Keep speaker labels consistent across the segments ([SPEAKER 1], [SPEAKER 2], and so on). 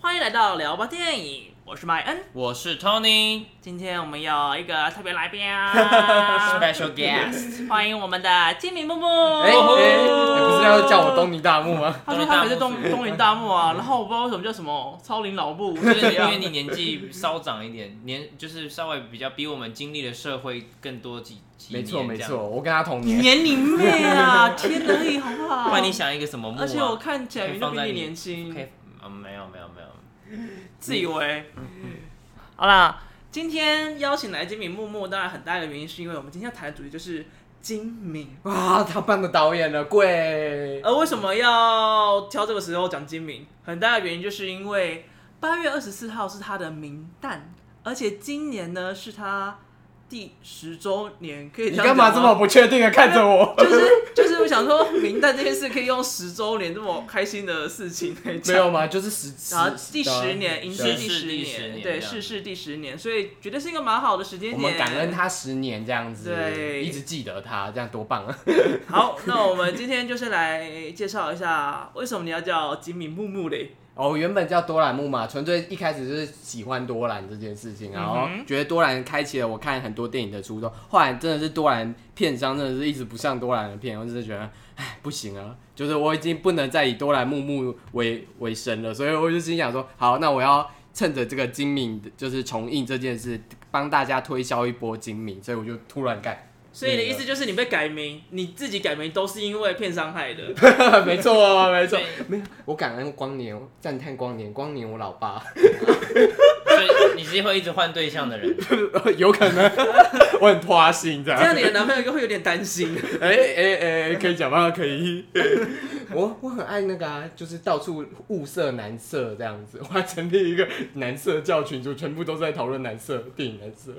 [SPEAKER 1] 欢迎来到聊吧电影，我是麦恩，
[SPEAKER 2] 我是 Tony
[SPEAKER 1] 今天我们有一个特别来宾啊，
[SPEAKER 2] Special Guest，
[SPEAKER 1] 欢迎我们的金明木木。
[SPEAKER 3] 哎、哎你不是要叫我东尼大木吗？
[SPEAKER 1] 他说他每次东东林大木啊，然后我不知道为什么叫什么超龄老布，就
[SPEAKER 2] 就是是因 为你年纪稍长一点，年 就是稍微比较比我们经历了社会更多几几
[SPEAKER 3] 没
[SPEAKER 2] 年
[SPEAKER 3] 错没
[SPEAKER 2] 这样
[SPEAKER 3] 错，我跟他同
[SPEAKER 1] 你
[SPEAKER 3] 年。
[SPEAKER 1] 年龄妹 啊，天能力好不好？
[SPEAKER 2] 不然你想一个什么木、啊？
[SPEAKER 1] 而且我看起来明明
[SPEAKER 2] 可以放
[SPEAKER 1] 比
[SPEAKER 2] 在
[SPEAKER 1] 你
[SPEAKER 2] 你嗯
[SPEAKER 1] 年
[SPEAKER 2] 可以
[SPEAKER 1] 轻，，
[SPEAKER 2] 嗯，没有没有没有，
[SPEAKER 1] 自以为。好啦，今天邀请来金敏木木，当然很大一个原因是因为我们今天要谈的主题就是金敏。
[SPEAKER 3] 哇，他办的导演了，贵！
[SPEAKER 1] 而为什么要挑这个时候讲金敏？很大的原因就是因为八月二十四号是他的明旦，而且今年呢是他第十周年，可以
[SPEAKER 3] 你
[SPEAKER 1] 样
[SPEAKER 3] 干嘛
[SPEAKER 1] 讲
[SPEAKER 3] 这
[SPEAKER 1] 吗
[SPEAKER 3] 么不确定的看着我？
[SPEAKER 1] 就是就是我想说，明旦这件事可以用十周年这么开心的事情来
[SPEAKER 3] 没
[SPEAKER 1] 讲。
[SPEAKER 3] 有吗？就是十，
[SPEAKER 1] 然后第十年，迎接
[SPEAKER 2] 世
[SPEAKER 3] 对
[SPEAKER 1] 第
[SPEAKER 2] 纪
[SPEAKER 1] 十
[SPEAKER 2] 第十年
[SPEAKER 1] 对，
[SPEAKER 2] 这样
[SPEAKER 1] 逝世第十年，所以觉得是一个蛮好的时间
[SPEAKER 3] 我
[SPEAKER 1] 点。
[SPEAKER 3] 们感恩。他十年这样子，
[SPEAKER 1] 对
[SPEAKER 3] 一直记得他，这样多棒啊！
[SPEAKER 1] 好，那我们今天就是来介绍一下，为什么你要叫吉米木木嘞？
[SPEAKER 3] 哦，我原本叫多兰木嘛，纯粹一开始就是喜欢多兰这件事情，然后
[SPEAKER 1] 嗯哼
[SPEAKER 3] 觉得多兰开启了我看很多电影的初衷。后来真的是多兰片商真的是一直不上多兰的片，我真的觉得，哎，不行啊，就是我已经不能再以多兰木木为为生了，所以我就心想说，好，那我要趁着这个精明，就是重映这件事，帮大家推销一波精明，所以我就突 然改。
[SPEAKER 1] 所以你的意思就是你被改名，你自己改名都是因为片商害的。
[SPEAKER 3] 没错，没
[SPEAKER 2] 所
[SPEAKER 3] 错
[SPEAKER 2] 以，
[SPEAKER 3] 没有，我感恩光年，赞叹光年，光年我老爸。
[SPEAKER 2] 所以你是会一直换对象 的人。
[SPEAKER 3] 有可能，我很花心这
[SPEAKER 1] 这样你的男朋友会有点担 心。
[SPEAKER 3] 哎哎哎，可以讲吗？可以。 我我很爱那个啊，就是到处物色男色这样子。我 还成立一个男色教群组，全部都是在讨论男色电影男色。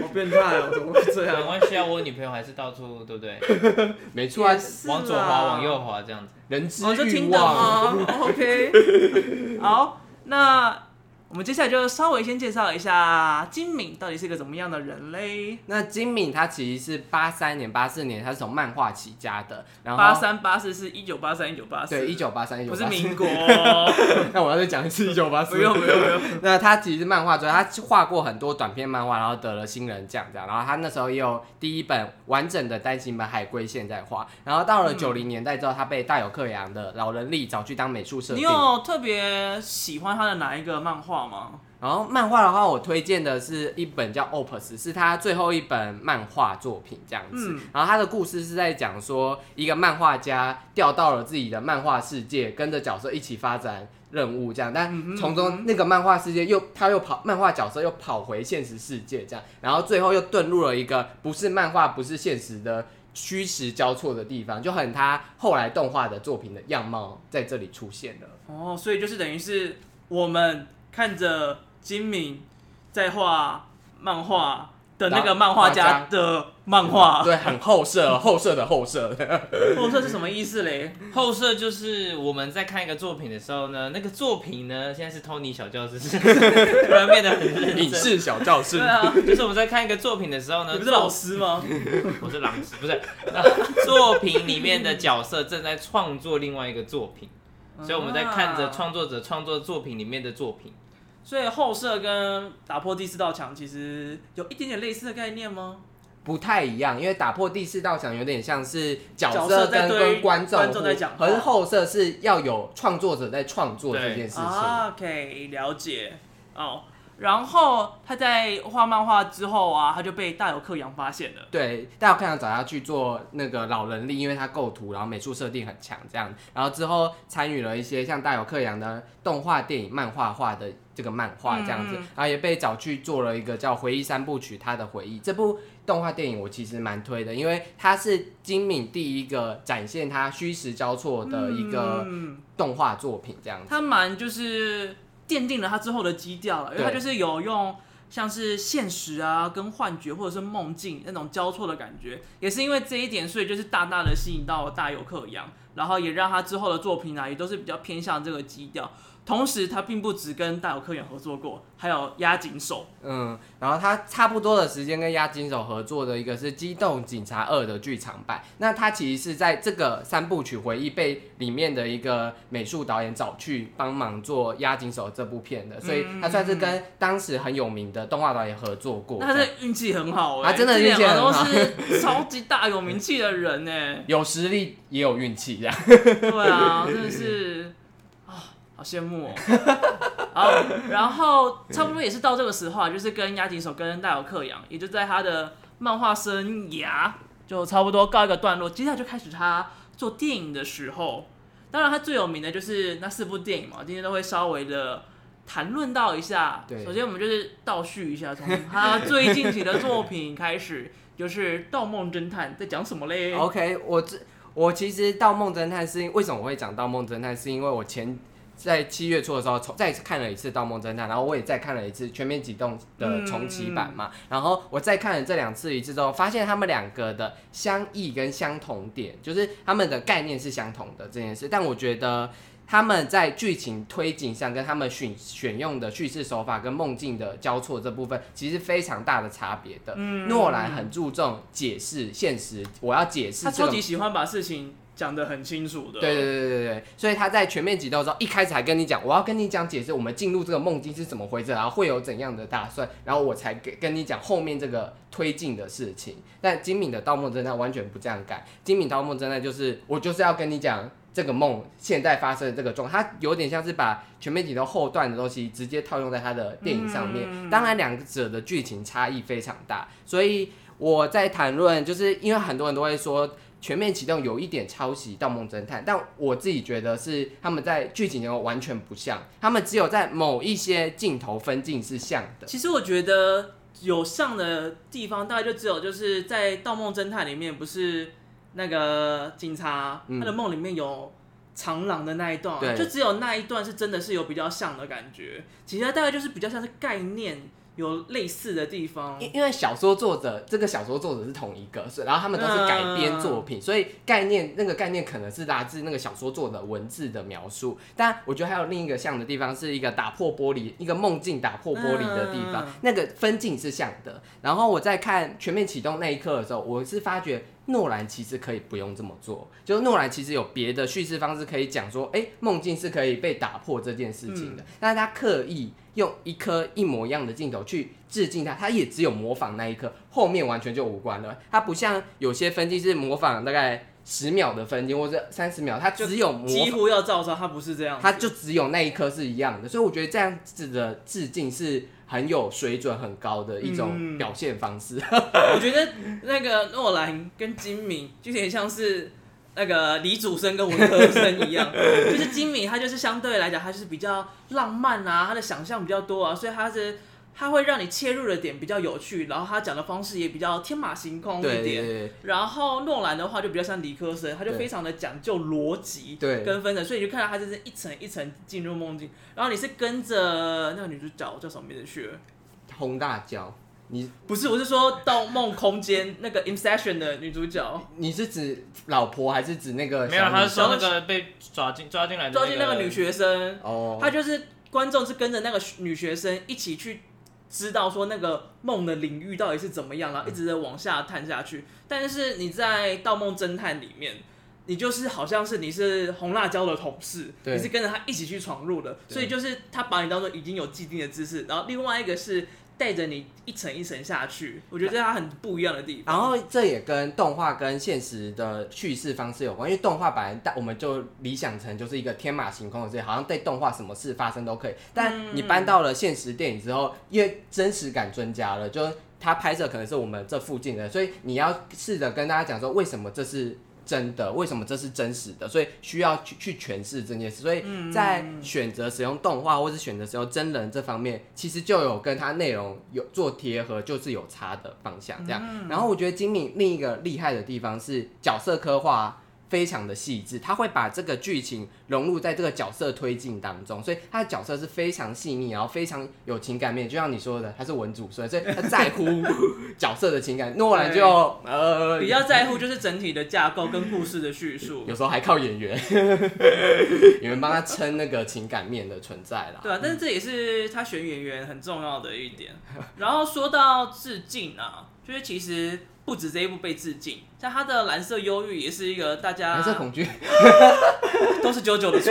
[SPEAKER 1] 好变态哦，怎么会这
[SPEAKER 2] 没
[SPEAKER 1] 样？
[SPEAKER 2] 关系啊，我女朋友还是到处对不对？
[SPEAKER 3] 没
[SPEAKER 1] 哦
[SPEAKER 3] 错啊，
[SPEAKER 2] 往左滑，往右滑这样子。
[SPEAKER 3] 人之
[SPEAKER 1] 哦，就
[SPEAKER 3] 欲
[SPEAKER 1] 听懂
[SPEAKER 3] 望。
[SPEAKER 1] 啊。OK，好， 那我们接下来就稍微先介绍一下金敏到底是一个怎么样的人嘞？
[SPEAKER 3] 那金敏他其实是八三年、八四年，他是从漫画起家的。然后
[SPEAKER 1] 八三八四是一九八三一九八四，
[SPEAKER 3] 对一九八三一九
[SPEAKER 1] 不
[SPEAKER 3] 八
[SPEAKER 1] 是
[SPEAKER 3] 四，
[SPEAKER 1] 民国， 哦
[SPEAKER 3] 那我要再讲一次一九八四。
[SPEAKER 1] 不用不用不用。
[SPEAKER 3] 那他其实是漫画专家，他画过很多短篇漫画，然后得了新人奖这样。然后他那时候也有第一本完整的单行本《海龟》现在画。然后到了九零年代之后，他被大有克洋的老人力找去当美术 设
[SPEAKER 1] 你
[SPEAKER 3] 定。
[SPEAKER 1] 有特别喜欢他的哪一个漫画吗？
[SPEAKER 3] 然后漫画的话，我推荐的是一本叫《Opus》，是他最后一本漫画作品这样子。
[SPEAKER 1] 嗯
[SPEAKER 3] 然后他的故事是在讲说，一个漫画家掉到了自己的漫画世界，跟着角色一起发展任务这样，但从中那个漫画世界又他又跑漫画角色又跑回现实世界这样，然后最后又遁入了一个不是漫画不是现实的。虚实交错的地方，就很他后来动画的作品的样貌在这里出现了。
[SPEAKER 1] 哦，所以就是等于是我们看着金敏在画漫画的那个漫画家的漫画，
[SPEAKER 3] 对，很后设，后设的后设。
[SPEAKER 1] 后设是什么意思嘞？
[SPEAKER 2] 后设就是我们在看一个作品的时候呢，那个作品呢，现在是 Tony 小教室， 突然变得很 认真
[SPEAKER 3] 影视小教室
[SPEAKER 1] 对啊，
[SPEAKER 2] 就是我们在看一个作品的时候呢，
[SPEAKER 1] 你不是老师吗？
[SPEAKER 2] 作，我是老师，不是作品里面的角色正在创作另外一个作品，所以我们在看着
[SPEAKER 1] 啊，
[SPEAKER 2] 创作者创作作品里面的作品。
[SPEAKER 1] 所以后设跟打破第四道墙其实有一点点类似的概念吗？
[SPEAKER 3] 不太一样，因为打破第四道墙有点像是角
[SPEAKER 1] 角色
[SPEAKER 3] 色
[SPEAKER 1] 在
[SPEAKER 3] 跟
[SPEAKER 1] 对
[SPEAKER 3] 跟观众互，
[SPEAKER 1] 观众在讲话
[SPEAKER 3] 可是后设是要有创作者在创作这件事情。
[SPEAKER 1] 啊，OK，了解哦。然后他在画漫画之后啊，他就被大有克洋发现了。
[SPEAKER 3] 对，大家看到找他去做那个老人力，因为他构图，然后美术设定很强，这样，然后之后参与了一些像大有克洋的动画电影、漫画化的这个漫画这样子，
[SPEAKER 1] 嗯
[SPEAKER 3] 然后也被找去做了一个叫《回忆三部曲》他的回忆这部动画电影，我其实蛮推的，因为它是金敏第一个展现他虚实交错的一个
[SPEAKER 1] 嗯
[SPEAKER 3] 动画作品这样子。
[SPEAKER 1] 他蛮就是奠定了他之后的基调了，因为
[SPEAKER 3] 对
[SPEAKER 1] 他就是有用像是现实啊、跟幻觉或者是梦境那种交错的感觉，也是因为这一点，所以就是大大的吸引到了大有克洋，然后也让他之后的作品啊，也都是比较偏向这个基调。同时，他并不只跟大有科研合作过，还有押井守。
[SPEAKER 3] 嗯，然后他差不多的时间跟押金手合作的一个是《机动警察二》的剧场版，那他其实是在这个三部曲回忆被里面的一个美术导演找去帮忙做押金手这部片的，所以他算是跟当时很有名的动画导演合作过。
[SPEAKER 1] 那他的运气很好哎、
[SPEAKER 3] 啊真的运气很好
[SPEAKER 1] 这两个都是超级大有名气的人哎、
[SPEAKER 3] 有实力也有运气，这样。
[SPEAKER 1] 对啊，真的是啊，好羡慕哦。好，然后差不多也是到这个时候啊，就是跟押井守跟大有克洋，也就在他的漫画生涯就差不多告一个段落。接下来就开始他做电影的时候，当然他最有名的就是那四部电影嘛，今天都会稍微的。谈论到一下，
[SPEAKER 3] 对
[SPEAKER 1] 首先我们就是倒叙一下，从他最近期的作品开始，就是《盗梦侦探》在讲什么嘞？
[SPEAKER 3] OK，我这我其实《盗梦侦探》是因为什么我会讲《盗梦侦探》，是因为我前在七月初的时候重再看了一次《盗梦侦探》，然后我也再看了一次《全面启动》的重启版嘛，然后我再看了这两次一次之后，发现他们两个的相异跟相同点，就是他们的概念是相同的这件事，但我觉得。他们在剧情推进上跟他们选选用的叙事手法跟梦境的交错这部分，其实非常大的差别的。诺兰很注重解释现实，我要解释
[SPEAKER 1] 他
[SPEAKER 3] 这
[SPEAKER 1] 超
[SPEAKER 3] 个
[SPEAKER 1] 级喜欢把事情讲得很清楚的。
[SPEAKER 3] 对对对对对，所以他在全面挤斗的时候，一开始还跟你讲，我要跟你讲解释我们进入这个梦境是怎么回事，然后会有怎样的打算，然后我才跟跟你讲后面这个推进的事情。但金敏的《盗梦侦探》完全不这样干，金敏《盗梦侦探》就是我就是要跟你讲这个梦现在发生的这个状况，它有点像是把全面挤斗后段的东西直接套用在他的电影上面。
[SPEAKER 1] 嗯
[SPEAKER 3] 当然，两者的剧情差异非常大，所以我在谈论，就是因为很多人都会说全面启动有一点抄袭《盗梦侦探》，但我自己觉得是他们在剧情中完全不像，他们只有在某一些镜头分镜是像的。
[SPEAKER 1] 其实我觉得有像的地方，大概就只有就是在《盗梦侦探》里面，不是那个警察、
[SPEAKER 3] 嗯
[SPEAKER 1] 他的梦里面有长廊的那一段啊，
[SPEAKER 3] 对
[SPEAKER 1] 就只有那一段是真的是有比较像的感觉，其他大概就是比较像是概念有类似的地方。
[SPEAKER 3] 因因为小说作者这个小说作者是同一个，所以然后他们都是改编作品，所以概念那个概念可能是来自那个小说作者文字的描述。但我觉得还有另一个像的地方是一个打破玻璃，一个梦境打破玻璃的地方，
[SPEAKER 1] 嗯
[SPEAKER 3] 那个分镜是像的。然后我在看《全面启动》那一刻的时候，我是发觉。诺兰其实可以不用这么做，就是诺兰其实有别的叙事方式可以讲说，哎、梦境是可以被打破这件事情
[SPEAKER 1] 嗯
[SPEAKER 3] 的，但是他刻意用一颗一模一样的镜头去致敬他，他也只有模仿那一刻，后面完全就无关了。他不像有些分镜是模仿大概十秒的分镜或者三十秒，他只有模仿
[SPEAKER 1] 几乎要照抄，他不是这样子，
[SPEAKER 3] 它就只有那一颗是一样的，所以我觉得这样子的致敬是很有水准、很高的一种
[SPEAKER 1] 嗯
[SPEAKER 3] 表现方式。
[SPEAKER 1] 我觉得那个诺兰跟金敏就有点像是那个李祖生跟文科生一样， 就是金敏他就是相对来讲，他就是比较浪漫啊，他的想象比较多啊，所以他是他会让你切入的点比较有趣，然后他讲的方式也比较天马行空一
[SPEAKER 3] 对
[SPEAKER 1] 点。
[SPEAKER 3] 对对
[SPEAKER 1] 然后诺兰的话就比较像理科生，他就
[SPEAKER 3] 对
[SPEAKER 1] 非常的讲究逻辑
[SPEAKER 3] 对
[SPEAKER 1] 跟分层，所以你就看到他就是一层一层进入梦境，然后你是跟着那个女主角叫什么名字去了？
[SPEAKER 3] 对，轰大脚，你
[SPEAKER 1] 不是，我是说《盗梦空间》那个 Inception 的女主角，
[SPEAKER 3] 你是指老婆还是指那个
[SPEAKER 2] 没有，
[SPEAKER 3] 小女
[SPEAKER 2] 他是
[SPEAKER 3] 生
[SPEAKER 2] 说那个被抓进抓进来的
[SPEAKER 1] 抓进那个女学生，
[SPEAKER 3] 哦，
[SPEAKER 1] 她就是观众是跟着那个女学生一起去知道说那个梦的领域到底是怎么样，然后一直在往下探下去。但是你在《盗梦侦探》里面。你就是好像是你是红辣椒的同事，
[SPEAKER 3] 对
[SPEAKER 1] 你是跟着他一起去闯入的，
[SPEAKER 3] 对
[SPEAKER 1] 所以就是他把你当做已经有既定的知识，然后另外一个是带着你一层一层下去，我觉得这是他很不一样的地方。
[SPEAKER 3] 然后这也跟动画跟现实的叙事方式有关，因为动画本来大我们就理想成就是一个天马行空的事情，好像对动画什么事发生都可以。但你
[SPEAKER 1] 嗯
[SPEAKER 3] 搬到了现实电影之后，因为真实感增加了，就是它拍摄可能是我们这附近的，所以你要试着跟大家讲说为什么这是。真的？为什么这是真实的？所以需要去去诠释这件事。所以在选择使用动画或是选择使用真人这方面，其实就有跟它内容有做贴合，就是有差的方向这样。然后我觉得金敏另一个厉害的地方是角色刻画非常的细致，他会把这个剧情融入在这个角色推进当中，所以他的角色是非常细腻，然后非常有情感面。就像你说的，他是文主所以所以他在 乎角色的情感。诺兰就呃，
[SPEAKER 1] 比较在乎就是整体的架构跟故事的叙述
[SPEAKER 3] 有。时候还靠演员， 演员帮他撑那个情感面的存在啦。
[SPEAKER 1] 对啊，但是这也是他选演员很重要的一点。然后说到致敬啊，就是其实不止这一部被致敬，像他的《蓝色忧郁》也是一个大家
[SPEAKER 3] 蓝哎色恐惧，
[SPEAKER 1] 都是九九的 错。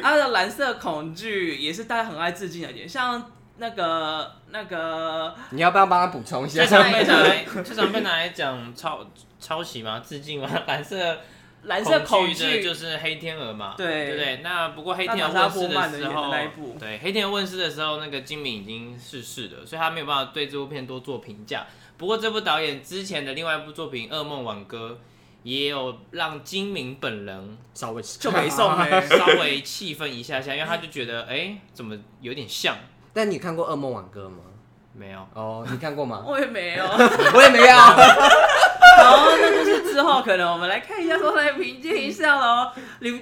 [SPEAKER 1] 他的蓝色恐惧也是大家很爱致敬的点，像那个那个
[SPEAKER 3] 你要不要帮他补充一下
[SPEAKER 2] 这？
[SPEAKER 1] 在
[SPEAKER 2] 场被拿 来，这场被拿来讲抄抄袭吗？致敬吗？蓝色
[SPEAKER 1] 蓝色恐
[SPEAKER 2] 的
[SPEAKER 1] 惧，
[SPEAKER 2] 就是黑天鹅嘛，
[SPEAKER 1] 对
[SPEAKER 2] 对不对？那不过黑
[SPEAKER 1] 那
[SPEAKER 2] 天鹅
[SPEAKER 1] 马莎
[SPEAKER 2] 问
[SPEAKER 1] 波
[SPEAKER 2] 世
[SPEAKER 1] 曼的
[SPEAKER 2] 时
[SPEAKER 1] 演的
[SPEAKER 2] 候
[SPEAKER 1] 那一部，
[SPEAKER 2] 对黑天鹅问世的时候，那个金敏已经逝世了，所以他没有办法对这部片多做评价。不过这部导演之前的另外一部作品《噩梦挽歌》，也有让金敏本人
[SPEAKER 3] 稍微
[SPEAKER 1] 就没送 哎、
[SPEAKER 2] 稍微气愤一下下，因为他就觉得哎、怎么有点像？
[SPEAKER 3] 但你看过《噩梦挽歌》吗？
[SPEAKER 2] 没有，
[SPEAKER 3] 哦，你看过吗？
[SPEAKER 1] 我也没有。
[SPEAKER 3] 我也没有。
[SPEAKER 1] 然后那就是之后可能我们来看一下，说来评鉴一下喽。你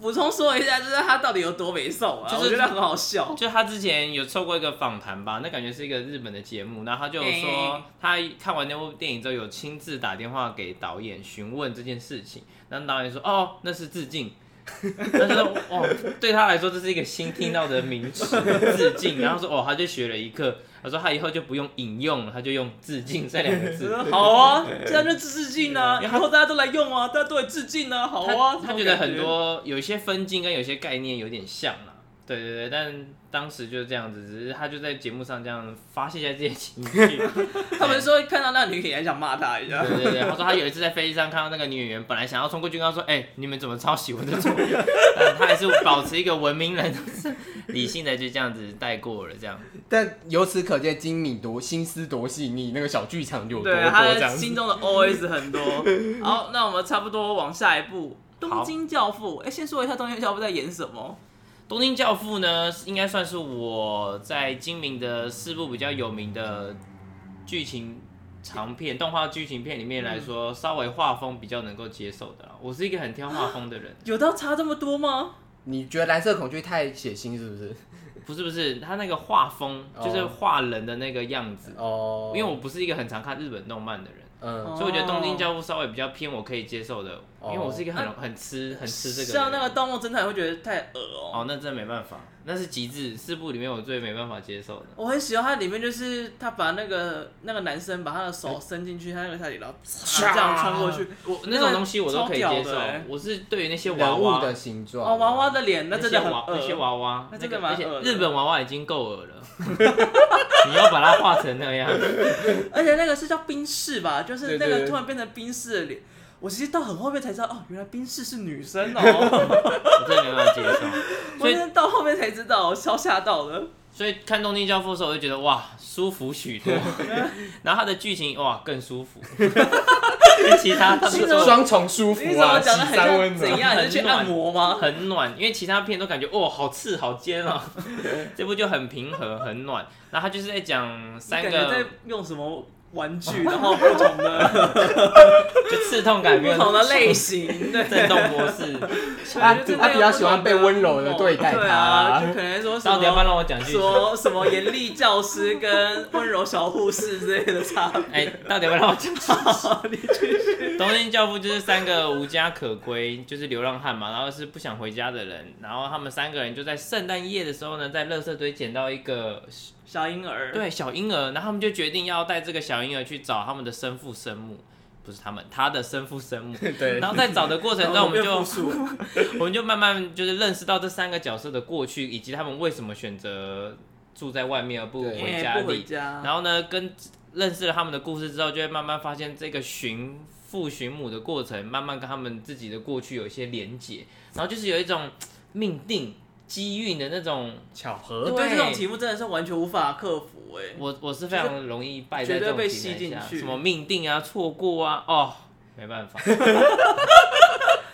[SPEAKER 1] 补充说一下，就是他到底有多没送啊？
[SPEAKER 2] 就是
[SPEAKER 1] 我觉得很好笑。
[SPEAKER 2] 就他之前有受过一个访谈吧，那感觉是一个日本的节目，然后他就有说
[SPEAKER 1] 嗯
[SPEAKER 2] 他看完那部电影之后，有亲自打电话给导演询问这件事情，然后导演说哦，那是致敬。 他就说哦，对他来说这是一个新听到的名词，致敬。然后说哦，他就学了一课。他说他以后就不用引用了，他就用致敬这两个
[SPEAKER 1] 我
[SPEAKER 2] 字。
[SPEAKER 1] 说 好啊，这样就致敬啊！以后大家都来用啊，大家都来致敬啊，好啊。
[SPEAKER 2] 他他觉得很多有一些分镜跟有些概念有点像啦。对对对，但当时就是这样子，只是他就在节目上这样发泄一下自己的情 绪。
[SPEAKER 1] 这种感觉，他们说看到那女演员想骂他一 下。
[SPEAKER 2] 对对对，他说他有一次在飞机上看到那个女演员，本来想要冲过去跟他说：“哎、你们怎么抄袭我的作品？”但他还是保持一个文明人，理性的就这样子带过了。这样，
[SPEAKER 3] 但由此可见，金敏多心思多细腻，那个小剧场有多
[SPEAKER 1] 对，啊
[SPEAKER 3] 多
[SPEAKER 1] 他
[SPEAKER 3] 这
[SPEAKER 1] 的
[SPEAKER 3] 样子。
[SPEAKER 1] 心中的 OS 很多。好，那我们差不多往下一步，《东京教父》。哎，先说一下《东京教父》在演什么。
[SPEAKER 2] 《东京教父》呢，应该算是我在精明的四部比较有名的剧情长片、动画剧情片里面来
[SPEAKER 1] 嗯
[SPEAKER 2] 说，稍微画风比较能够接受的啦。我是一个很挑画风 的人，
[SPEAKER 1] 有到差这么多吗？
[SPEAKER 3] 你觉得蓝色恐惧太血腥是不是？
[SPEAKER 2] 不是不是，他那个画风就是画人的那个样子，
[SPEAKER 3] 哦
[SPEAKER 2] 因为我不是一个很常看日本动漫的人。
[SPEAKER 3] 嗯，
[SPEAKER 2] 所以我觉得《东京教父》稍微比较偏我可以接受的，因为我是一个很
[SPEAKER 1] 哦哦啊
[SPEAKER 2] 很吃很吃这个的人。
[SPEAKER 1] 像那个《盗梦侦探》会觉得太恶哦。
[SPEAKER 2] 哦，那真的没办法，那是极致四部里面我最没办法接受的。
[SPEAKER 1] 我很喜欢它里面就是他把那个那个男生把他的手伸进去他那个下体，然后唰这样穿过去。
[SPEAKER 2] 我那种东西我都可以接
[SPEAKER 1] 超
[SPEAKER 2] 受
[SPEAKER 1] 屌的欸，
[SPEAKER 2] 我是对于那些娃
[SPEAKER 3] 人物
[SPEAKER 2] 娃
[SPEAKER 3] 的形状。
[SPEAKER 1] 哦，娃娃的脸那
[SPEAKER 2] 那
[SPEAKER 1] 真
[SPEAKER 2] 些
[SPEAKER 1] 的很
[SPEAKER 2] 娃那些
[SPEAKER 1] 恶。
[SPEAKER 2] 娃娃，
[SPEAKER 1] 那
[SPEAKER 2] 那
[SPEAKER 1] 真的
[SPEAKER 2] 个
[SPEAKER 1] 蛮
[SPEAKER 2] 而且
[SPEAKER 1] 恶的
[SPEAKER 2] 日本娃娃已经够恶了，你要把它画成那样，
[SPEAKER 1] 而且那个是叫冰室吧，就是那
[SPEAKER 3] 对对
[SPEAKER 1] 个
[SPEAKER 3] 对
[SPEAKER 1] 突然变成冰室的脸。我其实到很后面才知道，哦，原来冰室是女生哦。
[SPEAKER 2] 我真的没办法接受。
[SPEAKER 1] 我
[SPEAKER 2] 所以
[SPEAKER 1] 真的到后面才知道，我超吓到的。
[SPEAKER 2] 所以看《东京教父》的时候，我就觉得哇，舒服许 多，然后它的剧情哇更舒服，跟其他他们说
[SPEAKER 3] 双重舒服
[SPEAKER 1] 你怎
[SPEAKER 3] 啊，
[SPEAKER 1] 么讲的
[SPEAKER 3] 喜
[SPEAKER 1] 很
[SPEAKER 3] 三
[SPEAKER 1] 像
[SPEAKER 3] 温
[SPEAKER 1] 怎
[SPEAKER 3] 暖。
[SPEAKER 1] 样？你是去按摩吗？
[SPEAKER 2] 很暖，因为其他片都感觉哦好刺好尖 哦，这部就很平和很暖。然后他就是在讲三
[SPEAKER 1] 感觉在
[SPEAKER 2] 个
[SPEAKER 1] 用什么玩具，然后不同的
[SPEAKER 2] 就刺痛感
[SPEAKER 1] 不
[SPEAKER 2] 没有
[SPEAKER 1] 同的类型，对。
[SPEAKER 2] 震动模式。
[SPEAKER 3] 他他比较喜欢被温柔的对待
[SPEAKER 1] 对
[SPEAKER 3] 他
[SPEAKER 1] 啊，就。可能说什
[SPEAKER 2] 到底要不
[SPEAKER 1] 么
[SPEAKER 2] 要让我讲剧情？
[SPEAKER 1] 说什么严厉教师跟温柔小护士之类的差别。
[SPEAKER 2] 哎、到底要不要让我讲 剧情？东京教父就是三个无家可归，就是流浪汉嘛，然后是不想回家的人，然后他们三个人就在圣诞夜的时候呢，在垃圾堆捡到一个
[SPEAKER 1] 小婴儿，，
[SPEAKER 2] 对小婴儿，然后他们就决定要带这个小婴儿去找他们的生父生母，不是他们，他的生父 生母。
[SPEAKER 3] 对
[SPEAKER 2] 然，后在找的过程
[SPEAKER 1] 然
[SPEAKER 2] 中，
[SPEAKER 1] 后
[SPEAKER 2] 我们就
[SPEAKER 1] 变复数
[SPEAKER 2] 我们就慢慢就是认识到这三个角色的过去，以及他们为什么选择住在外面而不
[SPEAKER 3] 对
[SPEAKER 2] 回家
[SPEAKER 1] 哎不回
[SPEAKER 2] 里。
[SPEAKER 1] 家，
[SPEAKER 2] 然后呢，跟认识了他们的故事之后，就会慢慢发现这个寻父寻母的过程，慢慢跟他们自己的过去有一些连结，然后就是有一种嘖命定机遇的那种。
[SPEAKER 3] 巧
[SPEAKER 1] 我
[SPEAKER 3] 合。
[SPEAKER 1] 对这
[SPEAKER 2] 对
[SPEAKER 1] 种题目真的是完全无法克服哎。
[SPEAKER 2] 我我是非常容易败在
[SPEAKER 1] 绝对
[SPEAKER 2] 这种
[SPEAKER 1] 被
[SPEAKER 2] 题材
[SPEAKER 1] 吸进
[SPEAKER 2] 下
[SPEAKER 1] 去
[SPEAKER 2] 嗯什么命定啊、错过啊，哦，没办 法。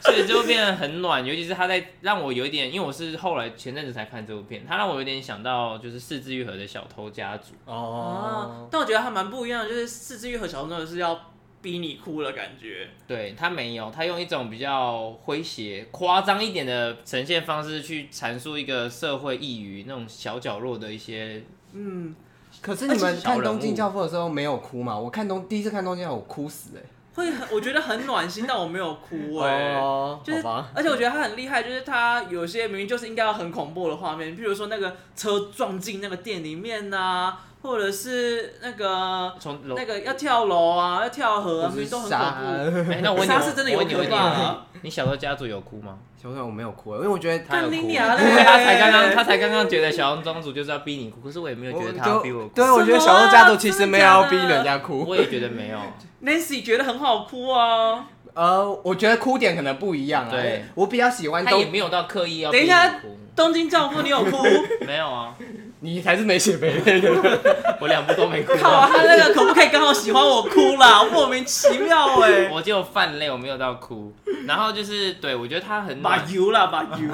[SPEAKER 2] 所以就变得很暖，尤其是他在让我有一点，因为我是后来前阵子才看这部片，他让我有点想到就是四肢愈合的小偷家族，
[SPEAKER 1] 啊
[SPEAKER 3] 哦，，
[SPEAKER 1] 但我觉得还蛮不一样的，就是四肢愈合小朋友是要逼你哭了感觉。
[SPEAKER 2] 对他没有，他用一种比较诙谐、夸张一点的呈现方式去阐述一个社会抑郁那种小角落的一些，
[SPEAKER 1] 嗯
[SPEAKER 3] 可是你们
[SPEAKER 2] 小人
[SPEAKER 3] 看
[SPEAKER 2] 物
[SPEAKER 3] 《东京教父》的时候没有哭嘛？我看东第一次看《东京教父》，我哭死哎、
[SPEAKER 1] 会很，我觉得很暖心，但我没有 哭哎、
[SPEAKER 3] 哦，
[SPEAKER 1] 就是
[SPEAKER 3] 好吧，，
[SPEAKER 1] 而且我觉得他很厉害，就是他有些明明就是应该要很恐怖的画面，比如说那个车撞进那个店里面呐、或者是那个
[SPEAKER 2] 从楼
[SPEAKER 1] 那个要跳楼啊，要跳河啊，明
[SPEAKER 3] 就是
[SPEAKER 1] 明都很
[SPEAKER 3] 杀
[SPEAKER 1] 恐怖。
[SPEAKER 2] 哎，那我问你
[SPEAKER 1] 杀是真的有
[SPEAKER 2] 我问你
[SPEAKER 1] 可
[SPEAKER 2] 问你
[SPEAKER 1] 怕
[SPEAKER 2] 问
[SPEAKER 1] 啊
[SPEAKER 2] 你，你小时候家族有哭 吗？
[SPEAKER 3] 小时候我没有哭，因为我觉得
[SPEAKER 2] 他
[SPEAKER 1] 干
[SPEAKER 2] 有哭
[SPEAKER 1] 你
[SPEAKER 2] 吗，
[SPEAKER 1] 娘嘞
[SPEAKER 2] 他才刚刚他才刚刚觉得小庄主就是要逼你哭，可是我也没有觉
[SPEAKER 3] 我
[SPEAKER 2] 得他要逼
[SPEAKER 3] 就
[SPEAKER 2] 我
[SPEAKER 3] 对，
[SPEAKER 2] 哭，
[SPEAKER 3] 我觉得小时候家族其实没有要逼
[SPEAKER 1] 什么啊真的假的
[SPEAKER 3] 人家
[SPEAKER 2] 我
[SPEAKER 3] 哭。
[SPEAKER 2] 也觉得没有。
[SPEAKER 1] Nancy 觉得很好哭啊。
[SPEAKER 3] 呃，我觉得哭点可能不一样啊。
[SPEAKER 2] 对
[SPEAKER 3] 我比较喜 欢
[SPEAKER 2] 他也
[SPEAKER 3] 东，
[SPEAKER 2] 没有到刻意要
[SPEAKER 1] 等
[SPEAKER 2] 逼
[SPEAKER 1] 一
[SPEAKER 2] 你
[SPEAKER 1] 下
[SPEAKER 2] 哭，
[SPEAKER 1] 东京教父，你有哭？
[SPEAKER 2] 没有啊，
[SPEAKER 3] 你才是没血没泪的。
[SPEAKER 2] 我两部都没哭
[SPEAKER 1] 靠啊，
[SPEAKER 2] 啊，
[SPEAKER 1] 他那个可不可以刚好喜欢我哭啦？莫名其妙哎、
[SPEAKER 2] 我就泛泪，我没有到哭。然后就是对我觉得他很
[SPEAKER 1] 把
[SPEAKER 2] 暖，
[SPEAKER 1] 油啦，把油。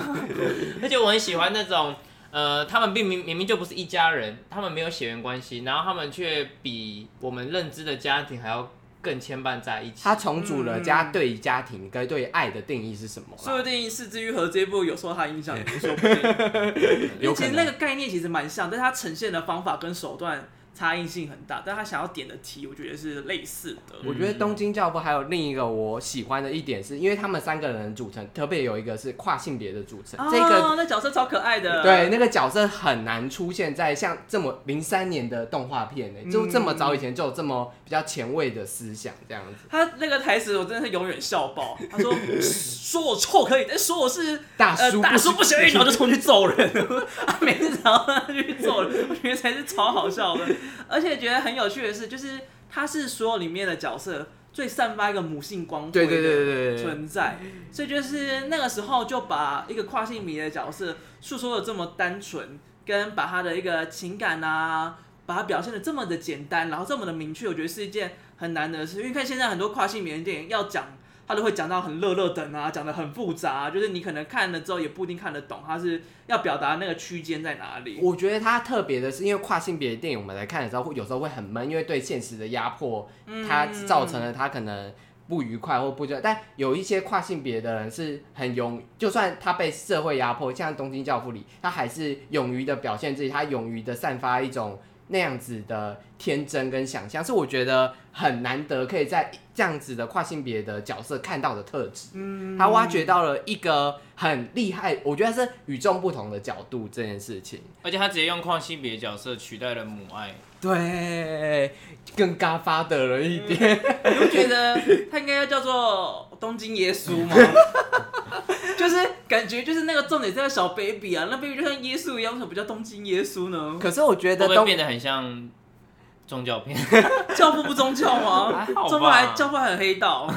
[SPEAKER 2] 而且我很喜欢那种。呃，他们并明明明就不是一家人，他们没有血缘关系，然后他们却比我们认知的家庭还要更牵绊在一起。
[SPEAKER 3] 他重组了家
[SPEAKER 1] 嗯
[SPEAKER 3] 对于家庭跟对于爱的定义是什么啦？
[SPEAKER 1] 说不定《四之愈合》这一部有受他影 响，也说不定。因
[SPEAKER 3] 有
[SPEAKER 1] 为其
[SPEAKER 3] 可
[SPEAKER 1] 实
[SPEAKER 3] 能
[SPEAKER 1] 那个概念其实蛮像，但是它呈现的方法跟手段差异性很大，但他想要点的题，我觉得是类似的。
[SPEAKER 3] 我觉得《东京教父》还有另一个我喜欢的一点是，因为他们三个人组成，特别有一个是跨性别的组成，这个
[SPEAKER 1] 啊、那角色超可爱的，
[SPEAKER 3] 对，那个角色很难出现在像这么零三年的动画片呢、
[SPEAKER 1] 嗯
[SPEAKER 3] 就这么早以前就有这么比较前卫的思想这样子。
[SPEAKER 1] 他那个台词我真的是永远笑爆。他说嗯说我臭可以，但说我是
[SPEAKER 3] 大
[SPEAKER 1] 呃
[SPEAKER 3] 叔不
[SPEAKER 1] 大叔
[SPEAKER 3] 行
[SPEAKER 1] 不行，然后就冲去揍人， 他每次然后他就去揍人，我觉得才是超好笑的。而且觉得很有趣的是，就是他是所有里面的角色最散发一个母性光辉的
[SPEAKER 3] 对对对对对对，
[SPEAKER 1] 存在，所以就是那个时候就把一个跨性别的角色诉说的这么单纯，跟把他的一个情感啊，把它表现的这么的简单，然后这么的明确，我觉得是一件很难得的事。因为看现在很多跨性别的电影要讲。他都会讲到很乐乐等啊，讲的很复杂、就是你可能看了之后也不一定看得懂，他是要表达那个区间在哪里。
[SPEAKER 3] 我觉得它特别的是，因为跨性别电影我们来看的时候，会有时候会很闷，因为对现实的压迫，
[SPEAKER 1] 嗯
[SPEAKER 3] 它造成了他可能不愉快或不觉。但有一些跨性别的人是很勇，就算他被社会压迫，像《东京教父》里，他还是勇于的表现自己，他勇于的散发一种那样子的天真跟想象，是我觉得很难得可以在这样子的跨性别的角色看到的特质。嗯，他挖掘到了一个很厉害，我觉得是与众不同的角度这件事情。
[SPEAKER 2] 而且他直接用跨性别角色取代了母爱，
[SPEAKER 3] 对，更嘎发的了一点。
[SPEAKER 1] 我觉得他应该要叫做东京耶稣 嘛，就是感觉就是那个重点是那个小 baby 啊，那 baby 就像耶稣一样，为什么不叫东京耶稣 呢？
[SPEAKER 3] 可是我
[SPEAKER 2] 嗯
[SPEAKER 3] 觉
[SPEAKER 2] 会
[SPEAKER 3] 得
[SPEAKER 2] 不会
[SPEAKER 3] 东
[SPEAKER 2] 变得很像宗教片？
[SPEAKER 1] 教父不宗教吗？
[SPEAKER 2] 还好吧
[SPEAKER 1] 教父还教父还很黑道，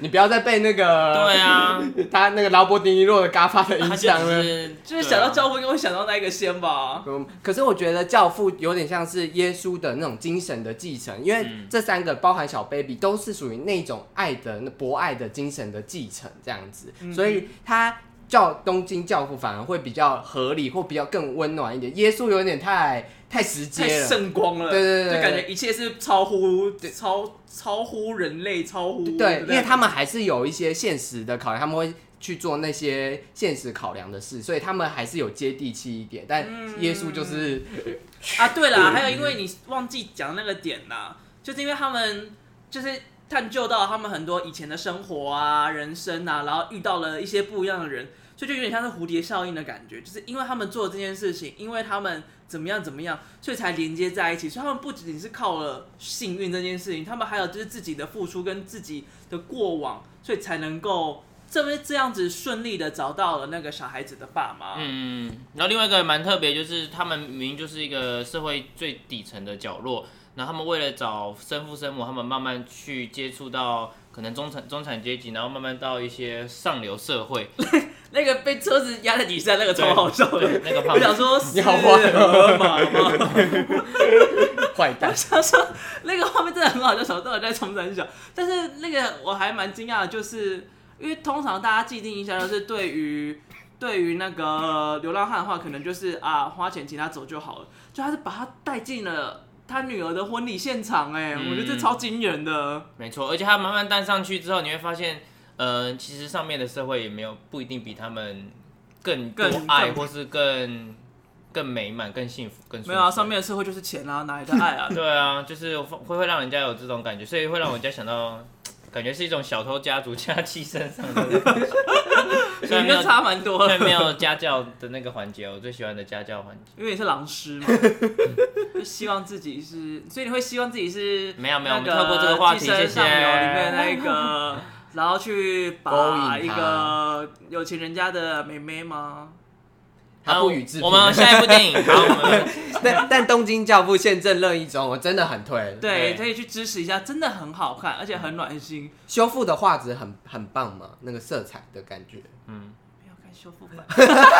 [SPEAKER 3] 你不要再被那个
[SPEAKER 2] 对啊，
[SPEAKER 3] 他那个劳勃迪尼洛的嘎发的
[SPEAKER 2] 他
[SPEAKER 3] 影
[SPEAKER 2] 就
[SPEAKER 3] 响
[SPEAKER 2] 只
[SPEAKER 3] 了。
[SPEAKER 2] 是啊
[SPEAKER 1] 就是想到教父应该会想到那一个先吧。
[SPEAKER 3] 嗯可是我觉得教父有点像是耶稣的那种精神的继承，因为
[SPEAKER 2] 嗯
[SPEAKER 3] 这三个包含小 baby 都是属于那种爱的那博爱的精神的继承这样子，
[SPEAKER 2] 嗯
[SPEAKER 3] 所以他叫东京教父反而会比较合理或比较更温暖一点。耶稣有点太太直
[SPEAKER 1] 太
[SPEAKER 3] 接了，
[SPEAKER 1] 圣光了，
[SPEAKER 3] 对对对对
[SPEAKER 1] 就感觉一切是超乎超超乎人类，超乎
[SPEAKER 3] 对，因为他
[SPEAKER 1] 们
[SPEAKER 3] 们还是有一些现实的考量，他们会去做那些现实考量的事，所以他们还是有接地气一点。但耶稣就是、
[SPEAKER 1] 啊，对啦，还有因为你忘记讲那个点啦，就是因为他们就是探究到他们很多以前的生活啊、人生啊，然后遇到了一些不一样的人，所以就有点像是蝴蝶效应的感觉，就是因为他们做这件事情，因为他们怎么样怎么样，所以才连接在一起。所以他们不仅是靠了幸运这件事情，他们还有就是自己的付出跟自己的过往，所以才能够这么这样子顺利的找到了那个小孩子的爸妈。
[SPEAKER 2] 嗯，然后另外一个蛮特别，就是他们明明就是一个社会最底层的角落，然后他们为了找生父生母，他们慢慢去接触到可能中产中产阶级，然后慢慢到一些上流社会。
[SPEAKER 1] 那个被车子压在底下，那个超好笑的
[SPEAKER 2] 对。那个胖
[SPEAKER 1] 我想
[SPEAKER 2] 子，
[SPEAKER 1] 说，
[SPEAKER 3] 你好坏
[SPEAKER 1] 河马
[SPEAKER 2] 啊
[SPEAKER 1] 吗？
[SPEAKER 3] 坏 蛋。
[SPEAKER 1] 他说那个画面真的很好笑，小到底在冲三小。但是那个我还蛮惊讶的，就是因为通常大家既定印象就是对于对于那个流浪汉的话，可能就是啊花钱请他走就好了，就他是把他带进了他女儿的婚礼现场、哎、
[SPEAKER 2] 嗯
[SPEAKER 1] 我觉得这超惊人的。
[SPEAKER 2] 没错，而且它慢慢淡上去之后，你会发现，呃，其实上面的社会也没有不一定比他们更
[SPEAKER 1] 更
[SPEAKER 2] 多爱，
[SPEAKER 1] 更
[SPEAKER 2] 或是更更美满、更幸福、更
[SPEAKER 1] 没有啊，
[SPEAKER 2] 顺遂
[SPEAKER 1] 上面的社会就是钱啊，哪来的爱啊？
[SPEAKER 2] 对啊，就是会会让人家有这种感觉，所以会让人家想到，感觉是一种小偷家族加妻身上 的感觉， 虽然
[SPEAKER 1] 应
[SPEAKER 2] 没有
[SPEAKER 1] 该
[SPEAKER 2] 虽
[SPEAKER 1] 差蛮多
[SPEAKER 2] 然
[SPEAKER 1] 了，
[SPEAKER 2] 没有家教的那个环节，我最喜欢的家教环节。
[SPEAKER 1] 因为你是狼师 嘛，就希望自己是，所以你会希望自己是
[SPEAKER 2] 没有没有，
[SPEAKER 1] 那
[SPEAKER 2] 我们
[SPEAKER 1] 个
[SPEAKER 2] 跳过这个话
[SPEAKER 1] 寄
[SPEAKER 2] 题，
[SPEAKER 1] 生
[SPEAKER 2] 谢谢。
[SPEAKER 1] 上流里面那 个，然后去把
[SPEAKER 3] 勾
[SPEAKER 1] 一
[SPEAKER 3] 引他
[SPEAKER 1] 个有钱人家的妹妹吗？
[SPEAKER 3] 他不予置评。
[SPEAKER 2] 我 们下一部电影，好，我们
[SPEAKER 3] 但但《东京教父》现正热议中，我真的很 推。
[SPEAKER 1] 对，
[SPEAKER 2] 对
[SPEAKER 1] 可以去支持一下，真的很好看，而且很暖心。
[SPEAKER 3] 修复的画质很很棒嘛，那个色彩的感觉。
[SPEAKER 2] 嗯，
[SPEAKER 1] 不要看修复版。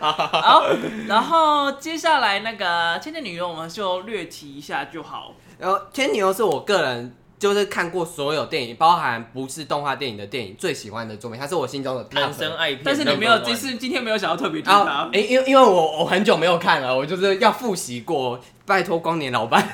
[SPEAKER 1] 好，然后接下来那个《千年女优》，我们就略提一下就好。
[SPEAKER 3] 然后《天牛》是我个人就是看过所有电影，包含不是动画电影的电影最喜欢的作品，它是我心中的 top
[SPEAKER 2] 人生爱片，
[SPEAKER 1] 但是你没有这次今天没有想要特别提
[SPEAKER 3] 啊
[SPEAKER 1] 它，，
[SPEAKER 3] 因因因为我我很久没有看了，我就是要复习过，拜托光年老板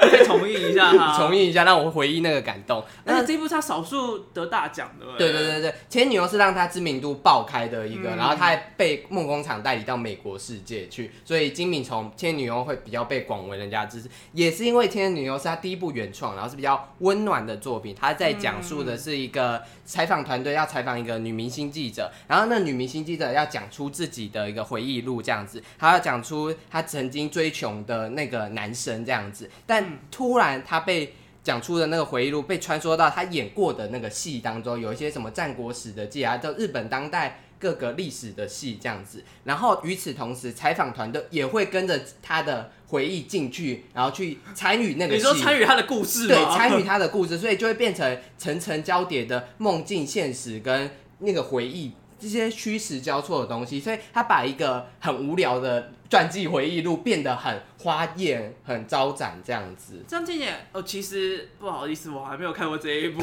[SPEAKER 1] 再重映一下它。
[SPEAKER 3] 重映一下，让我回忆那个感动。
[SPEAKER 1] 而且
[SPEAKER 3] 那
[SPEAKER 1] 这一部它少数得大奖的。欸
[SPEAKER 3] 对对对对，《前女友》是让他知名度爆开的一个，
[SPEAKER 1] 嗯
[SPEAKER 3] 然后他还被梦工厂代理到美国世界去，所以金敏从《前女友》会比较被广为人家支持，也是因为《前女友》是他第一部原创，然后是比较温暖的作品，他在讲述的是一个采访团队要采访一个女明星记者，然后那女明星记者要讲出自己的一个回忆录这样子，她要讲出她曾经追求的那个男生这样子，但突然她被。讲出的那个回忆录被穿梭到他演过的那个戏当中，有一些什么战国史的记啊，就日本当代各个历史的戏这样子。然后与此同时，采访团队也会跟着他的回忆进去，然后去参与那个
[SPEAKER 1] 你
[SPEAKER 3] 戏。
[SPEAKER 1] 说参与它的故事吗？哦
[SPEAKER 3] 对，参与 他的故事，所以就会变成层层交叠的梦境、现实跟那个回忆这些虚实交错的东西，所以他把一个很无聊的传记回忆录变得很花艳、很招展这样子。
[SPEAKER 1] 这样听起来，哦，其实不好意思，我还没有看过这一 部。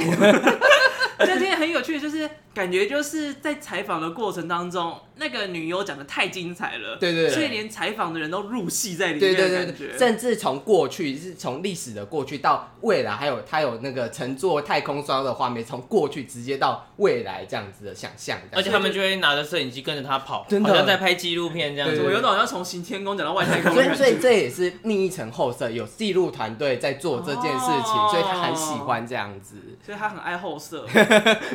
[SPEAKER 1] 这样听起来很有趣，就是感觉就是在采访的过程当中，那个女优讲的太精彩了，
[SPEAKER 3] 对对对
[SPEAKER 1] 所以连采访的人都入戏在里
[SPEAKER 3] 对
[SPEAKER 1] 面
[SPEAKER 3] 对
[SPEAKER 1] 的
[SPEAKER 3] 对
[SPEAKER 1] 感
[SPEAKER 3] 对，
[SPEAKER 1] 觉。
[SPEAKER 3] 甚至从过去是从历史的过去到未来，还有它有那个乘坐太空梭的画面，从过去直接到未来这样子的想象。
[SPEAKER 2] 而且他们就会拿着摄影机跟着他跑，
[SPEAKER 3] 真的
[SPEAKER 2] 好像在拍纪录片这样
[SPEAKER 3] 对
[SPEAKER 2] 子。
[SPEAKER 1] 我有种要从行天宫讲到外太空
[SPEAKER 3] 所
[SPEAKER 1] 的
[SPEAKER 3] 以
[SPEAKER 1] 感
[SPEAKER 3] 所以
[SPEAKER 1] 觉。
[SPEAKER 3] 这也是另一层后色，有记录团队在做这件事情，
[SPEAKER 1] 哦
[SPEAKER 3] 所以他很喜欢这样子。
[SPEAKER 1] 所以他很爱后色，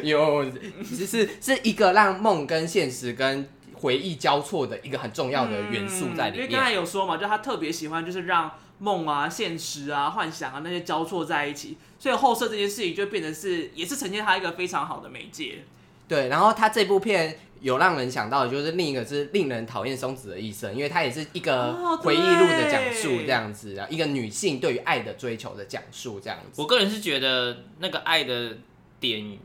[SPEAKER 3] 有，其实是一个让梦跟现实跟回忆交错的一个很重要的元素在
[SPEAKER 1] 嗯因
[SPEAKER 3] 里
[SPEAKER 1] 为刚
[SPEAKER 3] 面。
[SPEAKER 1] 才有说嘛，就他特别喜欢就是让梦啊、现实啊、幻想啊那些交错在一起，所以后色这件事情就变成是也是呈现他一个非常好的媒介。
[SPEAKER 3] 对，然后他这部片有让人想到，的就是另一个是令人讨厌松子的一生，因为他也是一个
[SPEAKER 1] 哦
[SPEAKER 3] 回忆录的讲述
[SPEAKER 1] 对
[SPEAKER 3] 这样子，然后一个女性对于爱的追求的讲述这样子
[SPEAKER 2] 我。个人是觉得那个爱的点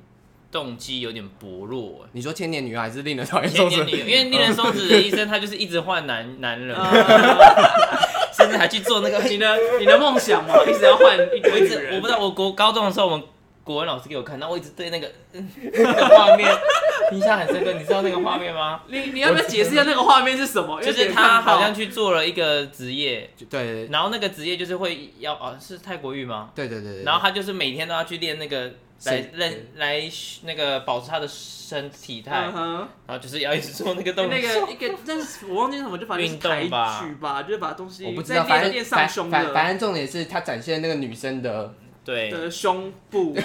[SPEAKER 2] 动机有点薄弱。
[SPEAKER 3] 你说千年女友还是令人讨厌
[SPEAKER 2] 前
[SPEAKER 3] 松
[SPEAKER 2] 年
[SPEAKER 3] 子
[SPEAKER 2] 女，？因为令人松子的医生，他就是一直换男男人，
[SPEAKER 3] 嗯
[SPEAKER 1] 呃
[SPEAKER 2] 甚至还去做那个。
[SPEAKER 1] 你的你的梦想嘛，一直要换一
[SPEAKER 2] 我
[SPEAKER 1] 堆
[SPEAKER 2] 一
[SPEAKER 1] 女
[SPEAKER 2] 直
[SPEAKER 1] 人，
[SPEAKER 2] 我不知道，我国高中的时候，我们国文老师给我看，然后我一直对那个嗯那个画面印象很深刻。你知道那个画面吗？
[SPEAKER 1] 你你要不要解释一下那个画面是什么？因
[SPEAKER 2] 就
[SPEAKER 1] 为
[SPEAKER 2] 是他好像去做了一个职业，
[SPEAKER 3] 对
[SPEAKER 2] 然后那个职业就是会要哦，是泰国浴吗？
[SPEAKER 3] 对对对对。
[SPEAKER 2] 然后他就是每天都要去练那个来
[SPEAKER 3] 身
[SPEAKER 2] 认来那个保持他的身体态，
[SPEAKER 1] 嗯哼，哎
[SPEAKER 2] 然后就是要一直做那个动作。
[SPEAKER 1] 那个一个，但是我忘记什么，就反正是
[SPEAKER 2] 运动
[SPEAKER 1] 抬
[SPEAKER 2] 吧
[SPEAKER 1] 举吧，就是把东西
[SPEAKER 3] 我不知
[SPEAKER 1] 在
[SPEAKER 3] 道，
[SPEAKER 1] 练
[SPEAKER 3] 反
[SPEAKER 1] 着
[SPEAKER 3] 正
[SPEAKER 1] 练上
[SPEAKER 3] 反
[SPEAKER 1] 胸
[SPEAKER 3] 反反
[SPEAKER 1] 的
[SPEAKER 3] 正重点是他展现那个女生的
[SPEAKER 2] 对，
[SPEAKER 1] 的胸 部，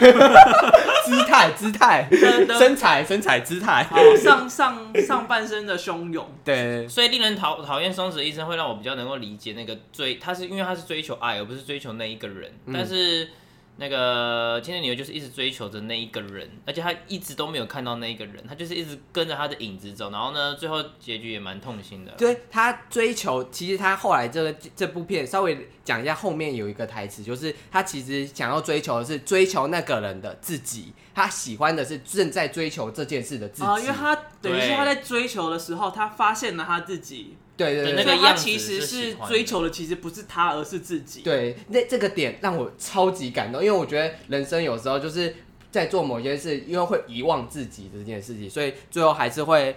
[SPEAKER 3] 姿态、姿态、
[SPEAKER 1] 真的
[SPEAKER 3] 身材、身材、姿态。
[SPEAKER 1] 好上上上半身的胸涌，
[SPEAKER 3] 对，
[SPEAKER 2] 所以令人讨讨厌松子的医生会让我比较能够理解那个追，他是因为他是追求爱，而不是追求那一个人。
[SPEAKER 3] 嗯
[SPEAKER 2] 但是那个千年女优就是一直追求着那一个人，而且他一直都没有看到那一个人，他就是一直跟着他的影子走。然后呢，最后结局也蛮痛心的。
[SPEAKER 3] 就是他追求，其实他后来这个这部片稍微讲一下，后面有一个台词，就是他其实想要追求的是追求那个人的自己，他喜欢的是正在追求这件事的自己。
[SPEAKER 1] 啊，因为他等于是
[SPEAKER 2] 对
[SPEAKER 1] 他在追求的时候，他发现了他自己，
[SPEAKER 3] 对对
[SPEAKER 2] 对那
[SPEAKER 3] 对，
[SPEAKER 1] 所
[SPEAKER 2] 个
[SPEAKER 1] 以他
[SPEAKER 2] 样子
[SPEAKER 1] 其实
[SPEAKER 2] 是喜
[SPEAKER 1] 是
[SPEAKER 2] 欢的
[SPEAKER 1] 追求的其实不是他，而是自己。
[SPEAKER 3] 对，那这个点让我超级感动，因为我觉得人生有时候就是在做某些事，因为会遗忘自己这件事情，所以最后还是会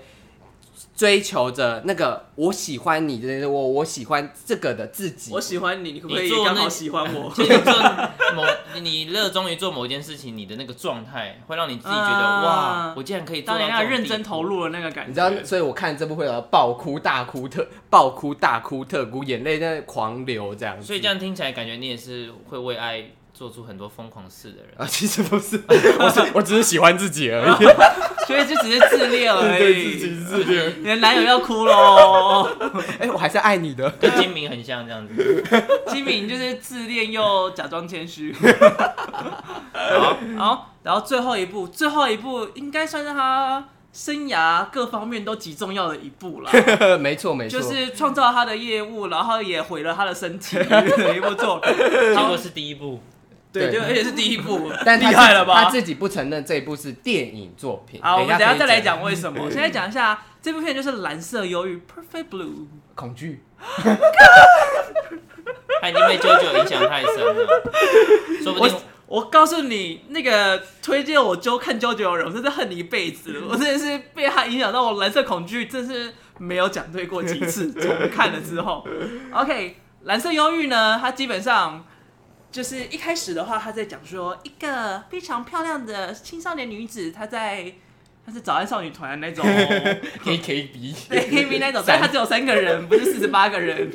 [SPEAKER 3] 追求着那个我喜欢你的我我喜欢这个的自己
[SPEAKER 1] 我。喜欢你，你可不可以
[SPEAKER 2] 你做
[SPEAKER 1] 刚
[SPEAKER 2] 那
[SPEAKER 1] 好喜欢我？
[SPEAKER 2] 就你做某，你热衷于做某件事情，你的那个状态会让你自己觉得、
[SPEAKER 1] 啊
[SPEAKER 2] 哇，我竟然可以做
[SPEAKER 1] 当
[SPEAKER 2] 到
[SPEAKER 1] 你
[SPEAKER 2] 这
[SPEAKER 1] 那个
[SPEAKER 2] 种
[SPEAKER 1] 认
[SPEAKER 2] 地
[SPEAKER 1] 真
[SPEAKER 2] 步
[SPEAKER 1] 投入的那个感觉，
[SPEAKER 3] 你知道，所以我看这部会有爆哭、大哭特 爆哭、大哭特哭，眼泪在狂流这样子。
[SPEAKER 2] 所以这样听起来，感觉你也是会为爱做出很多疯狂事的人。
[SPEAKER 3] 啊， 其实不 是，我是我只是喜欢自己而已，
[SPEAKER 1] 所以就只是自恋而
[SPEAKER 3] 对自
[SPEAKER 1] 已。
[SPEAKER 3] 己自恋。
[SPEAKER 1] 你的男友要哭哦喽，
[SPEAKER 3] 哎、我还是爱你的。
[SPEAKER 2] 跟金明很像这样子。
[SPEAKER 1] 金敏就是自恋又假装谦 虚。好，然后最后一步，最后一步应该算是他生涯各方面都极重要的一步了，
[SPEAKER 3] 没错没错，
[SPEAKER 1] 就是创造他的业务，然后也毁了他的身 体的一部作品。
[SPEAKER 3] 啊
[SPEAKER 2] 结果是第一部，
[SPEAKER 1] 对，
[SPEAKER 3] 对
[SPEAKER 1] 就而且是第一部，
[SPEAKER 3] 但
[SPEAKER 1] 厉
[SPEAKER 3] 他自
[SPEAKER 1] 害了吧？
[SPEAKER 3] 他自己不承认这一部是电影作品。
[SPEAKER 1] 好，我们等一下
[SPEAKER 3] 可以
[SPEAKER 1] 再来讲为什么。现在讲一下这部片，就是《蓝色忧郁》（Perfect Blue）。
[SPEAKER 3] 恐惧。
[SPEAKER 2] 他已经被舅舅影响太深了，说不定
[SPEAKER 1] 我我告诉你，那个推荐我揪看啾啾的人，我真的恨你一辈子。我真的是被他影响到，我蓝色恐惧真是没有讲对过几次。从看了之后，OK，蓝色忧郁呢，它基本上就是一开始的话，他在讲说一个非常漂亮的青少年女子，她在她是早安少女团那种
[SPEAKER 3] A K B，
[SPEAKER 1] 对 KB 那种，但它只有三个人，不是四十八个人。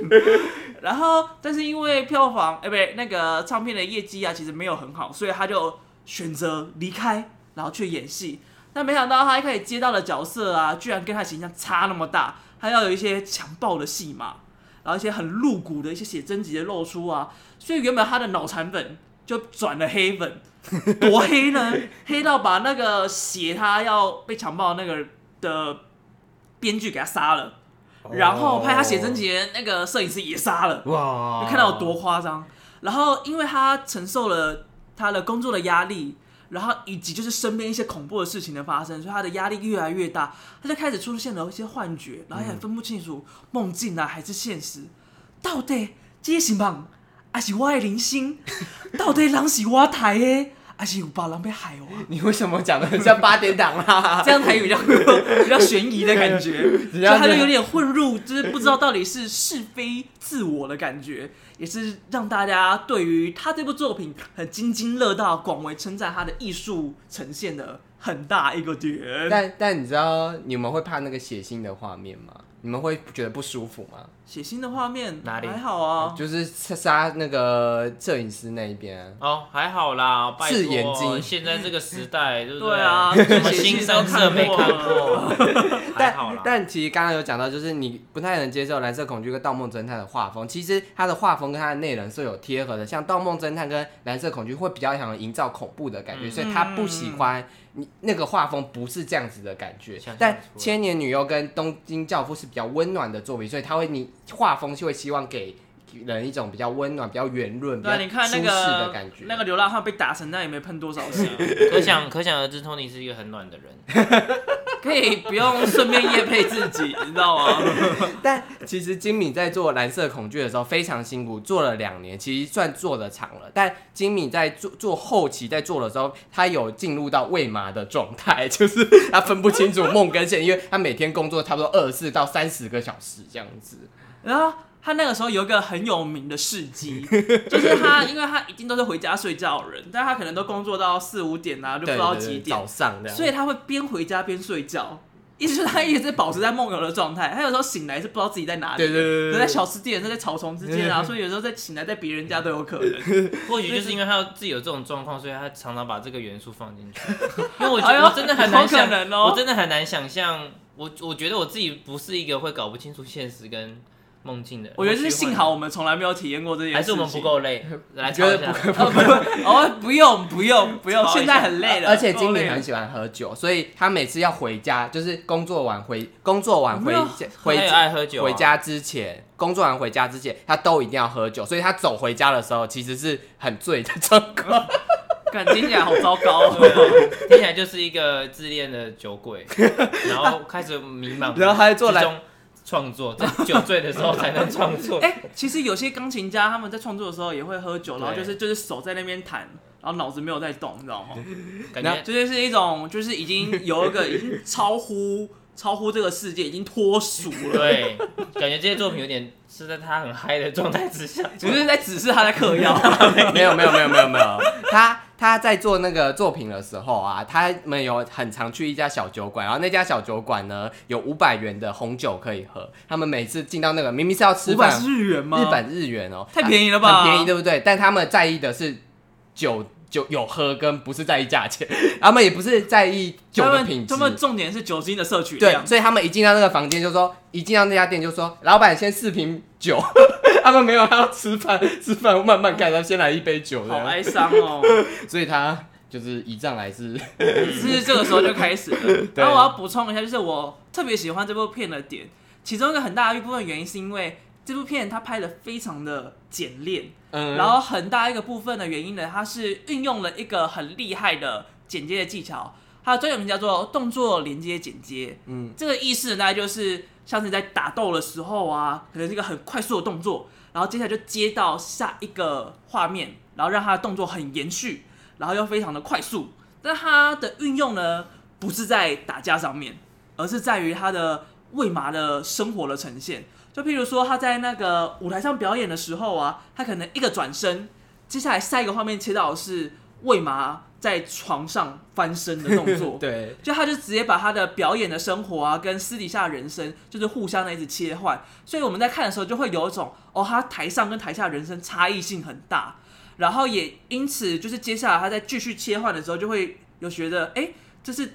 [SPEAKER 1] 然后，但是因为票房，哎、不对，那个唱片的业绩啊，其实没有很好，所以他就选择离开，然后去演戏。但没想到他一开始接到的角色啊，居然跟他形象差那么大，他要有一些强暴的戏码，然后一些很露骨的一些写真集的露出啊，所以原本他的脑残粉就转了黑粉，多黑呢？ 黑到把那个写他要被强暴的那个的编剧给他杀了，然后拍他写真集的那个摄影师也杀了，
[SPEAKER 3] 哇
[SPEAKER 1] 你看到有多夸张？然后因为他承受了他的工作的压力，然后以及就是身边一些恐怖的事情的发生，所以他的压力越来越大，他就开始出现了一些幻觉，然后也分不清楚梦境啊还是现实，到底这些是 梦还是我的灵性？ 到底人是我台的，还是有别人被害我？
[SPEAKER 3] 你为什么讲的很像八点档啊啦？
[SPEAKER 1] 这样才比较比较悬疑的感 觉，所
[SPEAKER 3] 只
[SPEAKER 1] 以
[SPEAKER 3] 要
[SPEAKER 1] 他就是有点混入，就是不知道到底是是非自我的感觉，也是让大家对于他这部作品很津津乐道，广为称赞他的艺术呈现的很大一个点。
[SPEAKER 3] 但但你知道你们会怕那个血腥的画面吗？你们会觉得不舒服吗？
[SPEAKER 1] 血腥的画面
[SPEAKER 2] 哪里
[SPEAKER 1] 还好啊？
[SPEAKER 3] 就是杀杀那个摄影师那一边啊，
[SPEAKER 2] 哦还好啦，拜托
[SPEAKER 3] 是眼睛
[SPEAKER 2] 现在这个时代，对不
[SPEAKER 1] 对啊，
[SPEAKER 2] 什么新三色
[SPEAKER 1] 色
[SPEAKER 2] 没看过，还
[SPEAKER 3] 但
[SPEAKER 2] 好
[SPEAKER 1] 啊
[SPEAKER 2] 啦。
[SPEAKER 3] 但其实刚刚有讲到，就是你不太能接受《蓝色恐惧》跟《盗梦侦探》的画风，其实它的画风跟它的内容是有贴合的。像《盗梦侦探》跟《蓝色恐惧》会比较想营造恐怖的感觉，
[SPEAKER 2] 嗯
[SPEAKER 3] 所以他不喜欢你那个画风不是这样子的感觉
[SPEAKER 2] 想象。
[SPEAKER 3] 但
[SPEAKER 2] 得
[SPEAKER 3] 《
[SPEAKER 2] 出来
[SPEAKER 3] 千年女优》跟《东京教父》是比较温暖的作品，所以他会你画风是会希望给人一种比较温暖、比较圆润、比
[SPEAKER 1] 对啊，
[SPEAKER 3] 较
[SPEAKER 1] 你看
[SPEAKER 3] 舒
[SPEAKER 1] 那
[SPEAKER 3] 适的
[SPEAKER 1] 个
[SPEAKER 3] 感觉。
[SPEAKER 1] 那个流浪汉被打成那也没喷多少啊血，
[SPEAKER 2] 可想可想而知，托尼是一个很暖的人。
[SPEAKER 1] 可以不用顺便夜配自己，你知道吗？
[SPEAKER 3] 但其实金敏在做《蓝色恐惧》的时候非常辛苦，做了两年，其实算做的长了。但金敏在做做后期在做的时候，他有进入到未麻的状态， 就是他分不清楚梦跟现，因为他每天工作差不多二十四到三十个小时这样子。
[SPEAKER 1] 然后他那个时候有一个很有名的事迹，就是他，因为他一定都是回家睡觉的人，但他可能都工作到四五点啊，就不
[SPEAKER 3] 对
[SPEAKER 1] 知道几
[SPEAKER 3] 对对，
[SPEAKER 1] 点
[SPEAKER 3] 早，上这样。
[SPEAKER 1] 所以他会边回家边睡觉，意思就是他一直保持在梦游的状态。他有时候醒来是不知道自己在哪里，
[SPEAKER 3] 对对对
[SPEAKER 1] 可
[SPEAKER 3] 对
[SPEAKER 1] 能在
[SPEAKER 3] 对，
[SPEAKER 1] 小吃店，在在草丛之间啊，所以有时候在醒来在别人家都有可能。
[SPEAKER 2] 或许就是因为他自己有这种状况，所以他常常把这个元素 放进去。因为我觉
[SPEAKER 1] 哎
[SPEAKER 2] 得
[SPEAKER 1] 呦
[SPEAKER 2] 我真的很难
[SPEAKER 1] 有可
[SPEAKER 2] 想，
[SPEAKER 1] 能哦
[SPEAKER 2] 我真的很难想象，我我觉得我自己不是一个会搞不清楚现实跟梦境的人。
[SPEAKER 1] 我觉得是
[SPEAKER 2] 虚幻
[SPEAKER 1] 幸
[SPEAKER 2] 的
[SPEAKER 1] 好我们从来没有体验过这件事情，
[SPEAKER 2] 还是我们不够累，来
[SPEAKER 3] 我觉得
[SPEAKER 2] 吵一下
[SPEAKER 3] 不
[SPEAKER 1] 哦。不哦，不用不用不用，
[SPEAKER 2] 超一下
[SPEAKER 1] 现在很累了，哦
[SPEAKER 3] 而且金
[SPEAKER 1] 经理
[SPEAKER 3] 敏很喜欢喝酒，所以他每次要回家，就是工作完回工作完回
[SPEAKER 1] 有没有
[SPEAKER 3] 家
[SPEAKER 2] 他
[SPEAKER 3] 回
[SPEAKER 2] 也爱喝酒啊、
[SPEAKER 3] 回家之前，工作完回家之前，他都一定要喝酒，所以他走回家的时候其实是很醉的状 况。
[SPEAKER 1] 感听起来好糟糕 哦。
[SPEAKER 2] 对啊，听起来就是一个自恋的 酒鬼，然后开始迷茫，
[SPEAKER 3] 然后他在做
[SPEAKER 2] 最
[SPEAKER 3] 来
[SPEAKER 2] 终创作，在酒醉的时候才能创 作。
[SPEAKER 1] 哎、其实有些钢琴家他们在创作的时候也会喝酒，
[SPEAKER 2] 对
[SPEAKER 1] 然后就是就是手在那边弹，然后脑子没有在动，你知道吗？
[SPEAKER 2] 感
[SPEAKER 3] 然
[SPEAKER 2] 觉
[SPEAKER 3] 后
[SPEAKER 1] 这就是一种就是已经有一个已经超乎超乎这个世界，已经脱俗 了。
[SPEAKER 2] 对，感觉这些作品有点是在他很嗨的状态之下。
[SPEAKER 1] 只是在指示他在嗑药，
[SPEAKER 3] 没有没有没有没有没有， 他他在做那个作品的时候啊，他们有很常去一家小酒馆，然后那家小酒馆呢有五百元的红酒可以喝，他们每次进到那个明明是要吃
[SPEAKER 1] 五百
[SPEAKER 3] 饭
[SPEAKER 1] 是，日元吗？
[SPEAKER 3] 日本日元哦、
[SPEAKER 1] 太便宜了吧
[SPEAKER 3] 很便宜对不对？但他们在意的是酒。酒有喝跟不是在意价钱， 他们也不是在意酒
[SPEAKER 1] 他
[SPEAKER 3] 的
[SPEAKER 1] 们
[SPEAKER 3] 品质
[SPEAKER 1] 他。们重点是酒精的摄取
[SPEAKER 3] 对
[SPEAKER 1] 量，。
[SPEAKER 3] 所以他们一进到那个房间就说，一进到那家店就说，老板先四瓶酒， 他们没有要吃饭，吃饭慢慢看，他先来一杯酒这
[SPEAKER 1] 好
[SPEAKER 3] 样，
[SPEAKER 1] 哀伤哦，
[SPEAKER 3] 所以他就是一仗 来是，
[SPEAKER 1] 是这个时候就开始了。
[SPEAKER 3] 对
[SPEAKER 1] 然后我要补充一下，就是我特别喜欢这部片的点，其中一个很大一部分原因是因为这部片它拍的非常的简练，
[SPEAKER 3] 嗯，
[SPEAKER 1] 然后很大一个部分的原因呢，它是运用了一个很厉害的剪接的技巧，它的专有名叫做动作连接剪接。
[SPEAKER 3] 嗯，。
[SPEAKER 1] 这个意思呢，大概就是像是你在打斗的时候啊，可能是一个很快速的动作，然后接下来就接到下一个画面，然后让它的动作很延续，然后又非常的快速。但它的运用呢，不是在打架上面，而是在于它的未麻的生活的呈现。就譬如说，他在那个舞台上表演的时候啊，他可能一个转身，接下来下一个画面切到的是未麻在床上翻身的动作
[SPEAKER 3] 对，
[SPEAKER 1] 就他就直接把他的表演的生活啊，跟私底下的人生就是互相的一直切换，所以我们在看的时候就会有一种哦，他台上跟台下人生差异性很大，然后也因此就是接下来他在继续切换的时候，就会有觉得哎，这是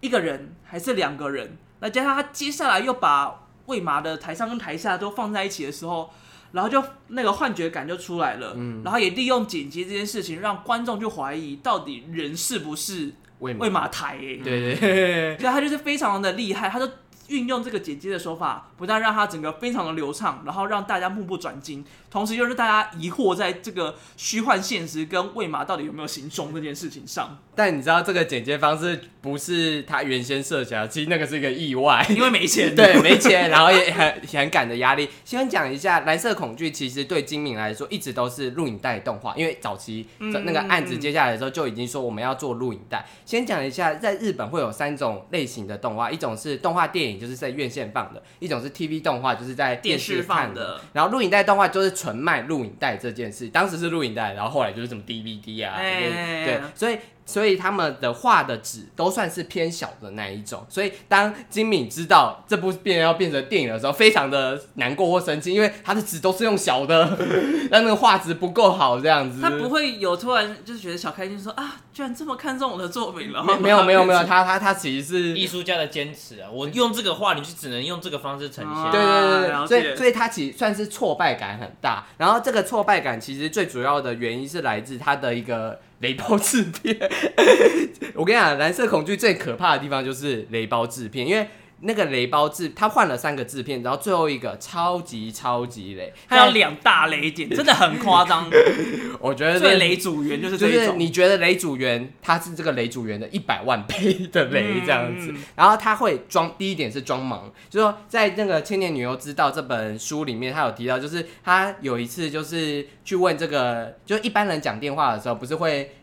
[SPEAKER 1] 一个人还是两个人？那加上他接下来又把魏麻的台上跟台下都放在一起的时候。然后就那个幻觉感就出来了，嗯然后也利用剪辑这件事情，让观众去怀疑到底人是不是
[SPEAKER 3] 未
[SPEAKER 1] 喂马台耶、欸，
[SPEAKER 3] 嗯对对对，
[SPEAKER 1] 所以他就是非常的厉害，他就运用这个剪接的手法，不但让他整个非常的流畅，然后让大家目不转睛，同时又是大家疑惑在这个虚幻现实跟喂马到底有没有行踪这件事情 上，
[SPEAKER 3] 但你知道这个剪接方式不是他原先设想的，其实那个是一个意外。
[SPEAKER 1] 因为没钱，
[SPEAKER 3] 对，没钱，然后也很很感的压力。先讲一下《蓝色恐惧》，其实对金明来说一直都是录影带动画，因为早期呃
[SPEAKER 1] 嗯
[SPEAKER 3] 那个案子
[SPEAKER 1] 嗯
[SPEAKER 3] 接下来的时候就已经说我们要做录影带。先讲一下，在日本会有三种类型的动画，一种是动画电影，就是在院线放的；一种是 TV 动画，就是在
[SPEAKER 1] 电视
[SPEAKER 3] 视
[SPEAKER 1] 放
[SPEAKER 3] 看的。
[SPEAKER 1] 的，
[SPEAKER 3] 然后录影带动画就是纯卖录影带这件事，当时是录影带，然后后来就是什么 DVD 啊，
[SPEAKER 1] 哎哎哎
[SPEAKER 3] 对，所以所以他们的画的纸都算是偏小的那一种，所以当金敏知道这部片要变成电影的时候，非常的难过或生气，因为他的纸都是用小的， 但那个画质不够好这样子。
[SPEAKER 1] 他不会有突然就是觉得小开心说啊，居然这么看重我的作品了，
[SPEAKER 3] 没没有没有没有，他他他其实是
[SPEAKER 2] 艺术家的坚持啊，我用这个话，你就只能用这个方式呈现。
[SPEAKER 3] 对对对
[SPEAKER 1] 啊
[SPEAKER 3] 对，所
[SPEAKER 1] 了解
[SPEAKER 3] 以所以他其实算是挫败感很大。然后这个挫败感其实最主要的原因是来自他的一个雷包制片。我跟你讲，蓝色恐惧最可怕的地方就是雷包制片，因为。那个雷包制，他换了三个制片，然后最后一个超级超级 雷，
[SPEAKER 1] 他有两大雷点，真的很夸 张，
[SPEAKER 3] 我觉得
[SPEAKER 1] 最雷组员就是
[SPEAKER 3] 就
[SPEAKER 1] 这一
[SPEAKER 3] 是
[SPEAKER 1] 种，
[SPEAKER 3] 你觉得雷主员他是这个雷主员的一百万倍的雷这样子，
[SPEAKER 1] 嗯
[SPEAKER 3] 然后他会装，第一点是装忙，就是说在那个《千年女优之道》这本书里面，他有提到，就是他有一次就是去问这个，就一般人讲电话的时候，不是会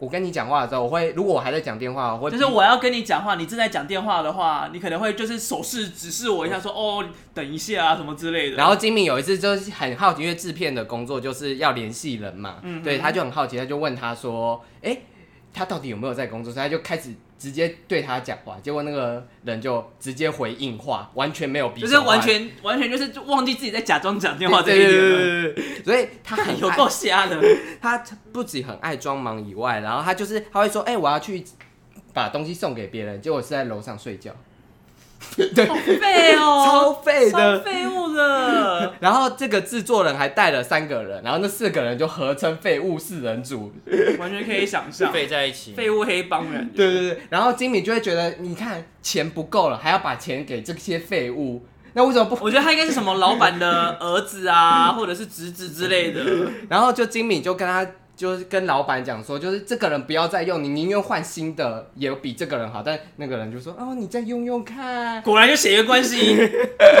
[SPEAKER 3] 我跟你讲话的时候，我会如果我还在讲电话，我会
[SPEAKER 1] 就是我要跟你讲话，你正在讲电话的话，你可能会就是手势指示我一下说，哦，等一下啊，什么之类的。
[SPEAKER 3] 然后金敏有一次就是很好奇，因为制片的工作就是要联系人嘛，
[SPEAKER 1] 嗯
[SPEAKER 3] 对，他就很好奇，他就问他说：“哎、他到底有没有在工作？”所以他就开始直接对他讲话，结果那个人就直接回应话，完全没有比手
[SPEAKER 1] 就是
[SPEAKER 3] 画脚，
[SPEAKER 1] 完全完全就是忘记自己在假装讲电话这
[SPEAKER 3] 对
[SPEAKER 1] 一
[SPEAKER 3] 对
[SPEAKER 1] 点了，
[SPEAKER 3] 对对对对，所以他 很
[SPEAKER 1] 有
[SPEAKER 3] 爱
[SPEAKER 1] 够瞎的。
[SPEAKER 3] 他不仅很爱装忙以外，然后他就是他会说：“哎、我要去把东西送给别人。”结果是在楼上睡觉，
[SPEAKER 1] 好废
[SPEAKER 3] 超
[SPEAKER 1] 哦，
[SPEAKER 3] 废的
[SPEAKER 1] 超。废物的。
[SPEAKER 3] 然后这个制作人还带了三个人，然后那四个人就合称废物四人组，
[SPEAKER 1] 完全可以想象，
[SPEAKER 2] 废在一起，
[SPEAKER 1] 废物黑帮人，
[SPEAKER 3] 对对对，然后经理就会觉得，你看钱不够了，还要把钱给这些废物，那为什么不？
[SPEAKER 1] 我觉得他应该是什么老板的儿子啊，或者是侄子之类的。
[SPEAKER 3] 然后就经理就跟他。就是跟老板讲说，就是这个人不要再用，你宁愿换新的，也比这个人好。但那个人就说：“哦，你再用用看。
[SPEAKER 1] 果然就血缘关系，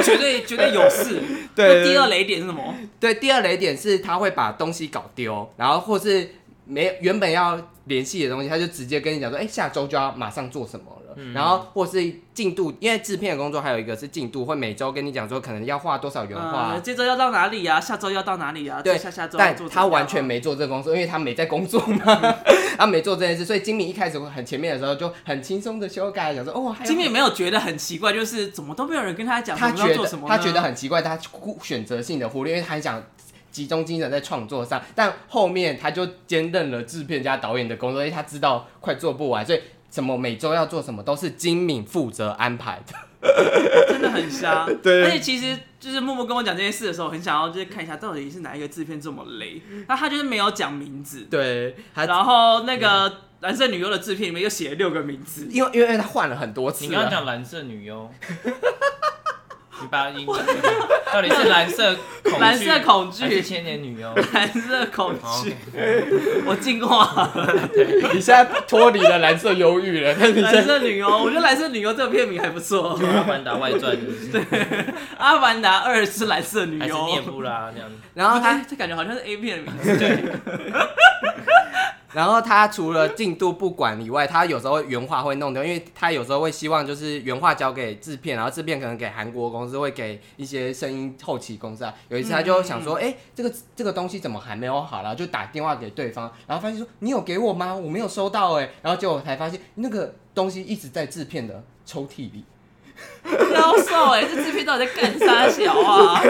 [SPEAKER 1] 绝对绝对有事。
[SPEAKER 3] 对对对
[SPEAKER 1] 那第二雷点是什么？”
[SPEAKER 3] 对，第二雷点是他会把东西搞丢，然后或是没原本要联系的东西，他就直接跟你讲说，哎、下周就要马上做什么了。然后或是进度，因为制片的工作还有一个是进度，会每周跟你讲说可能要画多少原画、
[SPEAKER 1] 呃，接着要到哪里啊？下周要到哪里啊？
[SPEAKER 3] 对
[SPEAKER 1] 下下周要
[SPEAKER 3] 但
[SPEAKER 1] 做怎么
[SPEAKER 3] 他
[SPEAKER 1] 样啊嗯
[SPEAKER 3] 完全没做这个工作，因为他没在工作嘛， 他没做这件事，所以金敏一开始很前面的时候就很轻松的修改，讲说哦，还有
[SPEAKER 1] 金敏没有觉得很奇怪，就是怎么都没有人跟他讲
[SPEAKER 3] 他
[SPEAKER 1] 我们
[SPEAKER 3] 觉
[SPEAKER 1] 要做什
[SPEAKER 3] 得
[SPEAKER 1] 么呢
[SPEAKER 3] 他觉得很奇怪，他忽选择性的忽略，因为他很想集中精神在创作上，但后面他就兼任了制片加导演的工作，因为他知道快做不完，所以什么每周要做什么都是金敏负责安排的。
[SPEAKER 1] 真的很 瞎。
[SPEAKER 3] 对
[SPEAKER 1] 而且其实就是默默跟我讲这件事的时候，很想要就是看一下到底是哪一个制片这么累。那他就是没有讲名字，
[SPEAKER 3] 对，他
[SPEAKER 1] 然后那个《蓝色女优》的制片里面又写了六个名字，
[SPEAKER 3] 因为因为他换了很多次
[SPEAKER 2] 你
[SPEAKER 1] 啊
[SPEAKER 3] 了，
[SPEAKER 2] 刚刚讲蓝色女 优，你把音到底是蓝色恐惧，
[SPEAKER 1] 蓝色恐惧
[SPEAKER 2] 还是千年女优。
[SPEAKER 1] 蓝色恐
[SPEAKER 2] 好
[SPEAKER 1] 惧，我进化了
[SPEAKER 3] 你现在脱离了蓝色忧郁了，但是你现
[SPEAKER 1] 蓝
[SPEAKER 3] 在
[SPEAKER 1] 色女优，我觉得蓝色女优这个片名还不错，
[SPEAKER 2] 《
[SPEAKER 1] 《
[SPEAKER 2] 阿凡达外传》是不是
[SPEAKER 1] 阿凡达二》是蓝色女
[SPEAKER 2] 还是
[SPEAKER 1] 优
[SPEAKER 2] 念。布拉这样子？
[SPEAKER 3] 然后他
[SPEAKER 1] 他哎他感觉好像是 A 片的名字，
[SPEAKER 3] 然后他除了进度不管以外，他有时候原画会弄掉，因为他有时候会希望就是原画交给制片，然后制片可能给韩国公司，会给一些声音后期公司啊。有一次他就想说，哎、这个这个东西怎么还没有好然后就打电话给对方，然后发现说你有给我吗？我没有收到哎、然后结果才发现那个东西一直在制片的抽屉里。
[SPEAKER 1] 妖兽哎，这制片到底在干啥小啊？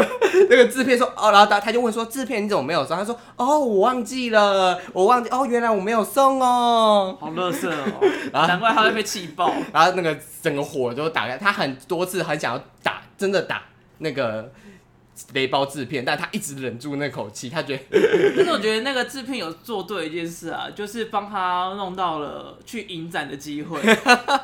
[SPEAKER 3] 那个制片说哦，然后他他就问说制片你怎么没有收？他说哦我忘记了，我忘记哦原来我没有送哦。
[SPEAKER 1] 好乐色哦，难怪他会被气爆。
[SPEAKER 3] 然后那个整个火就打开，他很多次很想要打，真的打那个雷包制片，但他一直忍住那口气，他觉得
[SPEAKER 1] 但是我觉得那个制片有做对一件事啊，就是帮他弄到了去影展的机 会。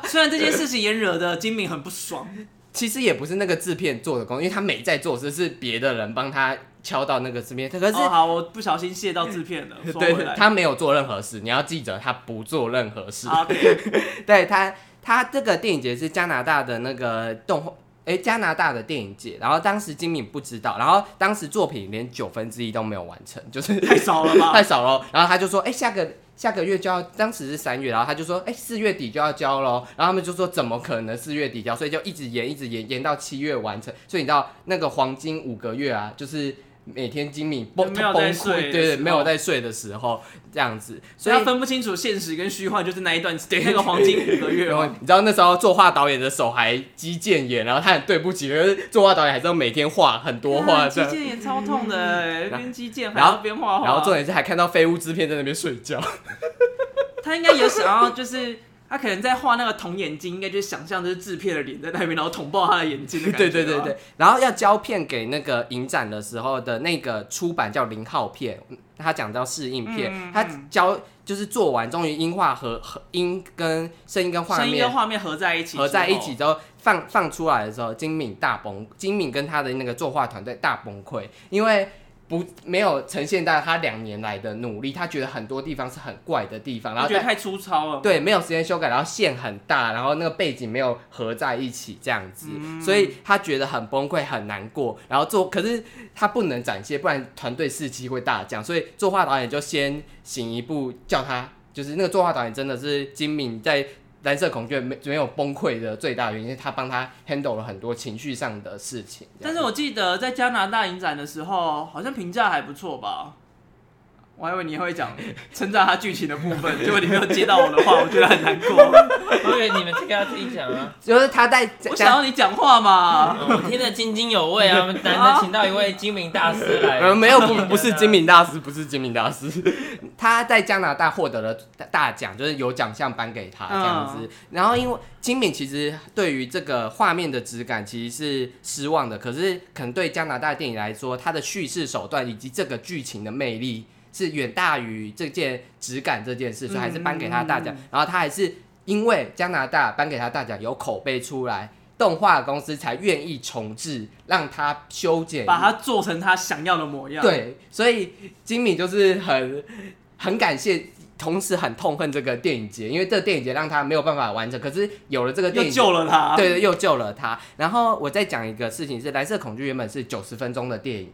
[SPEAKER 1] 虽然这件事情也惹得金敏很不爽，
[SPEAKER 3] 其实也不是那个制片做的工，因为他没在做，只是别的人帮他敲到那个制片，可是。
[SPEAKER 1] 哦好，我不小心泄到制片了，说
[SPEAKER 3] 对
[SPEAKER 1] 回来。
[SPEAKER 3] 他没有做任何事，你要记着，他不做任何事。
[SPEAKER 1] 好 OK，
[SPEAKER 3] 对他，他这个电影节是加拿大的那个动画，哎，加拿大的电影节。然后当时金敏不知道，然后当时作品连九分之一都没有完成，就是
[SPEAKER 1] 太少了吧
[SPEAKER 3] 太？少了。然后他就说，哎、下个下个月就要，当时是三月，然后他就说，哎、四月底就要交咯。然后他们就说，怎么可能四月底交？所以就一直延，一直延，延到七月完成。所以你知道那个黄金五个月啊，就是每天精明崩
[SPEAKER 1] 没有在
[SPEAKER 3] 崩溃，
[SPEAKER 1] 睡的
[SPEAKER 3] 对对，
[SPEAKER 1] 时候
[SPEAKER 3] 没有在睡的时候这样子。
[SPEAKER 1] 所
[SPEAKER 3] 所
[SPEAKER 1] 以
[SPEAKER 3] 以
[SPEAKER 1] 他分不清楚现实跟虚幻，就是那一段那个黄金五个月
[SPEAKER 3] 然后
[SPEAKER 1] 哦。
[SPEAKER 3] 你知道那时候作画导演的手还肌腱炎，然后他很对不起，可是作画导演还是要每天画很多画
[SPEAKER 1] 哇，
[SPEAKER 3] 这
[SPEAKER 1] 肌
[SPEAKER 3] 样。
[SPEAKER 1] 腱也超痛的 欸，边肌腱还
[SPEAKER 3] 然后
[SPEAKER 1] 要边画画。
[SPEAKER 3] 然后重点是还看到废物制片在那边睡觉。
[SPEAKER 1] 他应该有想要，就是他可能在画那个瞳眼睛，应该就是想象就是制片的脸在那边，然后捅爆他的眼睛的感觉
[SPEAKER 3] 对
[SPEAKER 1] 吧。
[SPEAKER 3] 对对对，然后要交片给那个影展的时候的那个出版叫零号片，他讲到试映片，
[SPEAKER 1] 嗯嗯
[SPEAKER 3] 他交就是做完，终于音画和和音跟声音跟画
[SPEAKER 1] 声音跟
[SPEAKER 3] 面
[SPEAKER 1] 画面合在一起，
[SPEAKER 3] 合在一起。之后放放出来的时候，金敏大崩，金敏跟他的那个作画团队大崩溃，因为。不，没有呈现到他两年来的努力，他觉得很多地方是很怪的地方，然
[SPEAKER 1] 我
[SPEAKER 3] 后
[SPEAKER 1] 觉得太粗糙了。
[SPEAKER 3] 对，没有时间修改，然后线很大，然后那个背景没有合在一起这样子，
[SPEAKER 1] 嗯
[SPEAKER 3] 所以他觉得很崩溃、很难过。然后做，可是他不能展现，不然团队士气会大降。所以作画导演就先行一步，叫他就是那个作画导演真的是金敏在。蓝色恐惧没没有崩溃的最大原因，是他帮他 handle 了很多情绪上的事情。这
[SPEAKER 1] 但
[SPEAKER 3] 样
[SPEAKER 1] 是我记得在加拿大影展的时候，好像评价还不错吧。我还以为你会讲称赞他剧情的部分，结果你没有接到我的话，我觉得很难 过。
[SPEAKER 2] 我以为你们这个要自己 讲啊，哦
[SPEAKER 3] 就是他在
[SPEAKER 1] 我想要你讲话嘛。
[SPEAKER 2] 我听得津津有味啊。我们难得请到一位精明大师来，啊
[SPEAKER 3] 呃，没有， 不不是金敏大师，不是金敏大师，他在加拿大获得了大大奖，就是有奖项颁给他这样子。然后因为金敏其实对于这个画面的质感其实是失望的，可是可能对加拿大电影来说，它的叙事手段以及这个剧情的魅力是远大于这件质感这件事，所以还是颁给他大奖。然后他还是因为加拿大颁给他大奖有口碑出来。动画公司才愿意重置，让他修剪，
[SPEAKER 1] 把它做成他想要的模样。，
[SPEAKER 3] 对，所以金敏就是很很感谢，同时很痛恨这个电影节，因为这个电影节让他没有办法完成，可是有了这个电
[SPEAKER 1] 又
[SPEAKER 3] 影节。
[SPEAKER 1] 救了他。
[SPEAKER 3] 对，对，又救了他。然后我再讲一个事情是，《蓝色恐惧》原本是九十分钟的电影，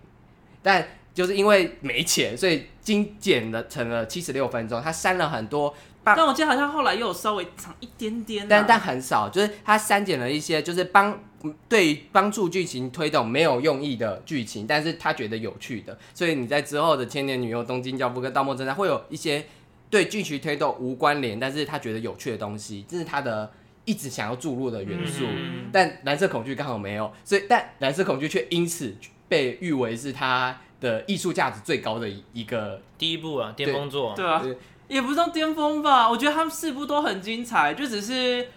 [SPEAKER 3] 但就是因为没钱，所以精简了成了七十六分钟，他删了很多
[SPEAKER 1] 但我记得好像后来又有稍微长一点点啊、
[SPEAKER 3] 但但很少，就是他删减了一些，就是帮对于帮助剧情推动没有用意的剧情，但是他觉得有趣的，所以你在之后的《千年女优》《东京教父》跟《盗梦侦探》会有一些对剧情推动无关联，但是他觉得有趣的东西，这是他的一直想要注入的元素。
[SPEAKER 2] 嗯
[SPEAKER 3] 但蓝色恐惧刚好没有，所以但蓝色恐惧却因此被誉为是他的艺术价值最高的一一个
[SPEAKER 2] 第一部啊，巅峰作、
[SPEAKER 1] 对啊
[SPEAKER 3] 哦对，
[SPEAKER 1] 也不算巅峰吧。我觉得他们四部都很精彩，就只是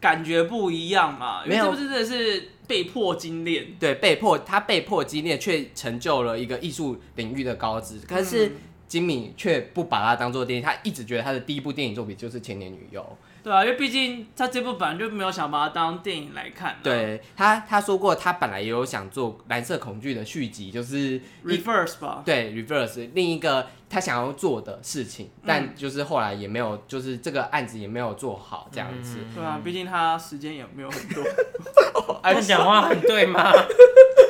[SPEAKER 1] 感觉不一样嘛。因
[SPEAKER 3] 没
[SPEAKER 1] 为
[SPEAKER 3] 有
[SPEAKER 1] 这部真的是被迫精炼，
[SPEAKER 3] 对，被迫他被迫激烈，却成就了一个艺术领域的高知。可是
[SPEAKER 1] 嗯
[SPEAKER 3] 金敏却不把它当做电影，他一直觉得他的第一部电影作品就是《千年女优》。
[SPEAKER 1] 对啊，因为毕竟他这部本来就没有想把它当电影来看、啊。
[SPEAKER 3] 对他，他说过他本来也有想做《蓝色恐惧》的续集，就是一
[SPEAKER 1] ，reverse 吧。
[SPEAKER 3] 对 Reverse 另一个他想要做的事情，
[SPEAKER 1] 嗯
[SPEAKER 3] 但就是后来也没有，就是这个案子也没有做好这样子。
[SPEAKER 1] 对啊，毕竟他时间也没有很多。哎
[SPEAKER 2] 他讲话很 对吗？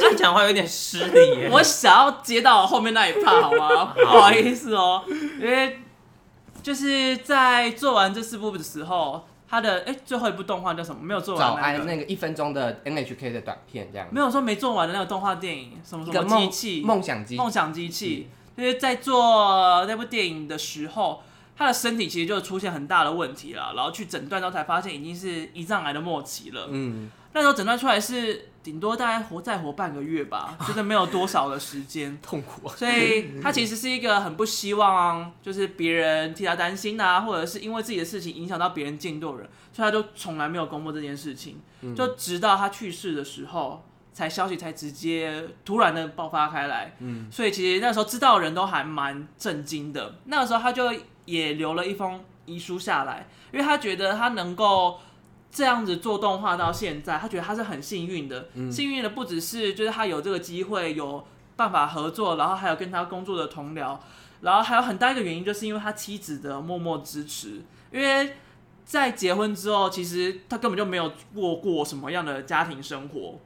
[SPEAKER 2] 他讲话有点失礼耶。
[SPEAKER 1] 我想要接到后面那一趴，好 吗？ 不好意思哦，因为就是在做完这四部的时候，他的哎、最后一部动画叫什么？没有做
[SPEAKER 3] 早
[SPEAKER 1] 完、那
[SPEAKER 3] 安
[SPEAKER 1] 个，
[SPEAKER 3] 那个一分钟的 NHK 的短片这样子，
[SPEAKER 1] 没有说没做完的那个动画电影，什么什
[SPEAKER 3] 一个
[SPEAKER 1] 么
[SPEAKER 3] 梦
[SPEAKER 1] 机器
[SPEAKER 3] 梦想机
[SPEAKER 1] 梦想机器，就是在做那部电影的时候，他的身体其实就出现很大的问题了，然后去诊断之后才发现已经是胰脏癌的末期了。
[SPEAKER 3] 嗯，
[SPEAKER 1] 那时候诊断出来是顶多大概活再活半个月吧，真的没有多少的时间。
[SPEAKER 3] 痛苦 啊。
[SPEAKER 1] 所以他其实是一个很不希望，就是别人替他担心啊，或者是因为自己的事情影响到别人进度的人，所以他就从来没有公布这件事情，就直到他去世的时候，才消息才直接突然的爆发开来。嗯，所以其实那时候知道的人都还蛮震惊的。那个时候他就也留了一封遗书下来，因为他觉得他能够。这样子做动画到现在，他觉得他是很幸运的。幸运的不只是就是他有这个机会，有办法合作，然后还有跟他工作的同僚，然后还有很大一个原因就是因为他妻子的默默支持，因为在结婚之后，其实他根本就没有过过什么样的家庭生活，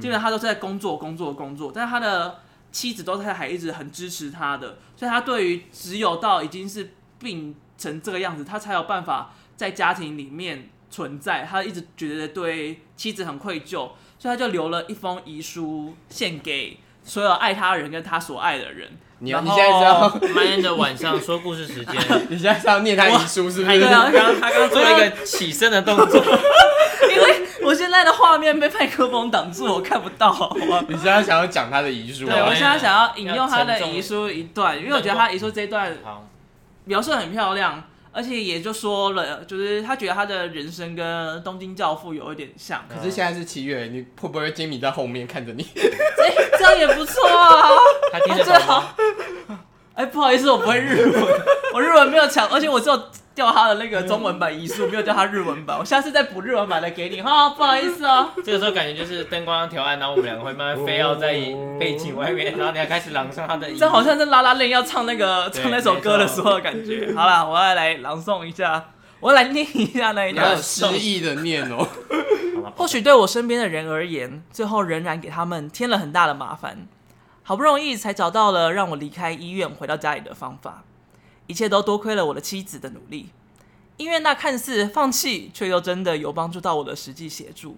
[SPEAKER 1] 基本上他都是在工作、工作、工作，但是他的妻子都是还一直很支持他的，所以他对于只有到已经是病成这个样子，他才有办法在家庭里面存在，他一直觉得对妻子很愧疚，所以他就留了一封遗书献给所有爱他的人跟他所爱的人。
[SPEAKER 3] 你
[SPEAKER 1] 然
[SPEAKER 3] 你
[SPEAKER 1] 后
[SPEAKER 3] 现在知 道
[SPEAKER 2] 妈呀的晚上说故事时间，
[SPEAKER 3] 你现在是要念他遗书是不
[SPEAKER 2] 他
[SPEAKER 3] 是？
[SPEAKER 2] 刚刚他刚做了一个 起身的动作，
[SPEAKER 1] 因为我现在的画面被麦克风挡住，我看不到。好吗
[SPEAKER 3] 你现在想要讲他的遗书
[SPEAKER 1] 对，
[SPEAKER 2] 啊
[SPEAKER 1] 我
[SPEAKER 3] 吗？
[SPEAKER 1] 现在想要引用他的遗书一段，因为我觉得他遗书这一段
[SPEAKER 2] 好，
[SPEAKER 1] 描述得很漂亮，而且也就说了，就是他觉得他的人生跟《东京教父》有一点像，
[SPEAKER 3] 可是现在是七月，你会不会金米在后面看着你？
[SPEAKER 1] 哎、 这样也不错啊。
[SPEAKER 2] 他听得
[SPEAKER 1] 最
[SPEAKER 2] 懂
[SPEAKER 1] 好
[SPEAKER 2] 吗？
[SPEAKER 1] 哎、不好意思，我不会日文， 我日文没有强，而且我只有调他的那个中文版遗书，没有调他日文版。我下次再补日文版的给你哈，不好意思哦。
[SPEAKER 2] 这个时候感觉就是灯光要调暗，然后我们两个会慢慢飞到在背景外面，然后你要开始朗诵他的遗
[SPEAKER 1] 这好像是拉拉链要唱那个
[SPEAKER 2] 对
[SPEAKER 1] 唱那首歌的时候的感觉。好啦，我要来朗诵一下，我要来念一下那一
[SPEAKER 3] 你要
[SPEAKER 1] 段
[SPEAKER 3] 有。诗意的念 哦。
[SPEAKER 2] 好吧
[SPEAKER 1] 或许对我身边的人而言，最后仍然给他们添了很大的麻烦。好不容易才找到了让我离开医院回到家里的方法，一切都多亏了我的妻子的努力。医院那看似放弃，却又真的有帮助到我的实际协助。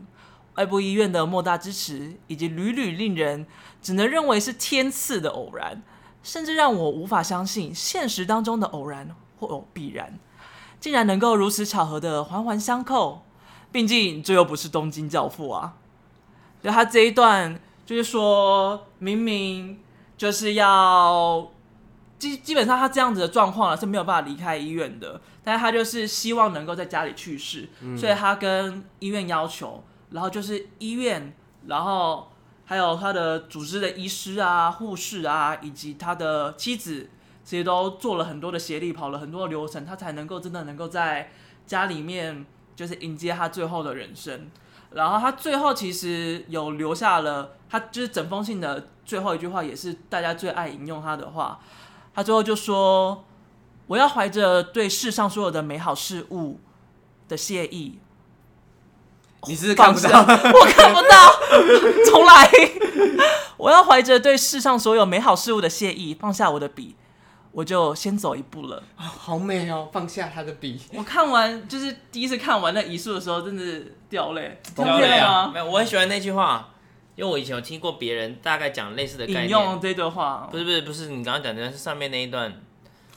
[SPEAKER 1] 外部医院的莫大支持，以及屡屡令人只能认为是天赐的偶然，甚至让我无法相信现实当中的偶然或有必然，竟然能够如此巧合的环环相扣。毕竟这又不是东京教父啊。就他这一段就是说明明就是要基基本上他这样子的状况了啊是没有办法离开医院的，但是他就是希望能够在家里去世，所以他跟医院要求，然后就是医院，然后还有他的组织的医师啊、护士啊，以及他的妻子，其实都做了很多的协力，跑了很多的流程，他才能够真的能够在家里面就是迎接他最后的人生。然后他最后其实有留下了，他就是整封信的最后一句话，也是大家最爱引用他的话。他最后就说：“我要怀着对世上所有的美好事物的谢意，
[SPEAKER 3] 你是不是看
[SPEAKER 1] 放
[SPEAKER 3] 不
[SPEAKER 1] 生，
[SPEAKER 3] 到，
[SPEAKER 1] 我看不到，重来。 我要怀着对世上所有美好事物的谢意，放下我的笔，我就先走一步了。
[SPEAKER 3] 好美哦！放下他的笔，
[SPEAKER 1] 我看完就是第一次看完那遗书的时候，真的是掉泪，
[SPEAKER 3] 崩
[SPEAKER 1] 掉
[SPEAKER 3] 溃
[SPEAKER 1] 泪
[SPEAKER 2] 啊！
[SPEAKER 1] 吗？
[SPEAKER 2] 没有，我很喜欢那句话，因为我以前有听过别人大概讲类似的概
[SPEAKER 1] 引
[SPEAKER 2] 念
[SPEAKER 1] 用。这段话
[SPEAKER 2] 不，是不是不是，你刚刚讲的是上面那一段，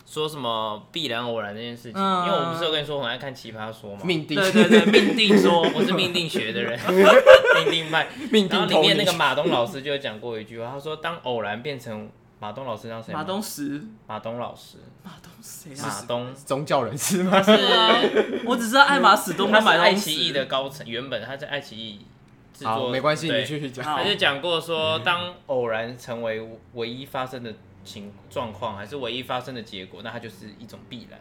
[SPEAKER 2] 说什么必然偶然那件事情。
[SPEAKER 1] 嗯
[SPEAKER 2] 因为我不是有跟你说我很爱看奇葩说吗？
[SPEAKER 3] 命定，
[SPEAKER 1] 对对对，命定说，
[SPEAKER 2] 我是命定学的 人，命定派。
[SPEAKER 3] 命
[SPEAKER 2] 然后里
[SPEAKER 3] 定投
[SPEAKER 2] 面那
[SPEAKER 3] 你
[SPEAKER 2] 个。马东老师就有讲过一句话，他说当偶然变成马东老师叫谁吗？
[SPEAKER 1] 马东石，
[SPEAKER 2] 马东老师，
[SPEAKER 1] 马东谁啊？
[SPEAKER 2] 马东
[SPEAKER 3] 宗教人士吗？
[SPEAKER 1] 是啊，我只知道爱马仕东，
[SPEAKER 2] 他是
[SPEAKER 1] 买
[SPEAKER 2] 爱奇艺的高层，原本他在爱奇艺制
[SPEAKER 3] 好，
[SPEAKER 2] 作，
[SPEAKER 3] 没关系，
[SPEAKER 2] 对
[SPEAKER 3] 你继续讲。
[SPEAKER 1] 好
[SPEAKER 2] 他就讲过说，当偶然成为唯一发生的情状况，还是唯一发生的结果，那它就是一种必然。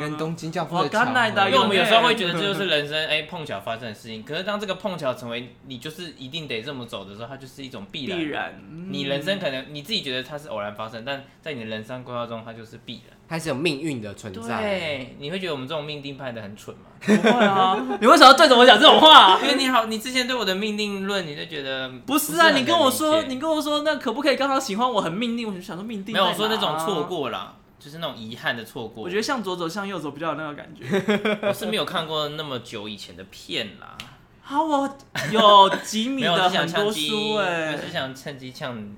[SPEAKER 3] 跟东京教父
[SPEAKER 1] 哇
[SPEAKER 3] 的啊巧
[SPEAKER 1] 甘乃达
[SPEAKER 3] 合
[SPEAKER 2] 因为我们有时候会觉得这就是人生，哎、碰巧发生的事情。可是当这个碰巧成为你就是一定得这么走的时候，它就是一种必然。
[SPEAKER 1] 必然，嗯
[SPEAKER 2] 你人生可能你自己觉得它是偶然发生，但在你的人生规划中，它就是必然。
[SPEAKER 3] 它是有命运的存在。
[SPEAKER 2] 对，你会觉得我们这种命定派的很蠢吗？
[SPEAKER 1] 不会啊？你为什么要对着我讲这种话啊？
[SPEAKER 2] 因为你好，你之前对我的命定论，你就觉得
[SPEAKER 1] 不是啊，
[SPEAKER 2] 很
[SPEAKER 1] 你跟我说，
[SPEAKER 2] 能理
[SPEAKER 1] 你
[SPEAKER 2] 解
[SPEAKER 1] 跟我说，那可不可以刚刚喜欢我很命定？我就想说命定
[SPEAKER 2] 没有
[SPEAKER 1] 在
[SPEAKER 2] 我说那种
[SPEAKER 1] 哪啊
[SPEAKER 2] 错，过啦，就是那种遗憾的错过。
[SPEAKER 1] 我觉得向左走向右走比较有那个感觉。
[SPEAKER 2] 我是没有看过那么久以前的片啦，
[SPEAKER 1] 啊，我有吉米
[SPEAKER 2] 没有，我
[SPEAKER 1] 的
[SPEAKER 2] 是想
[SPEAKER 1] 很
[SPEAKER 2] 趁
[SPEAKER 1] 多
[SPEAKER 2] 机，
[SPEAKER 1] 书哎
[SPEAKER 2] 我，是想趁机呛你。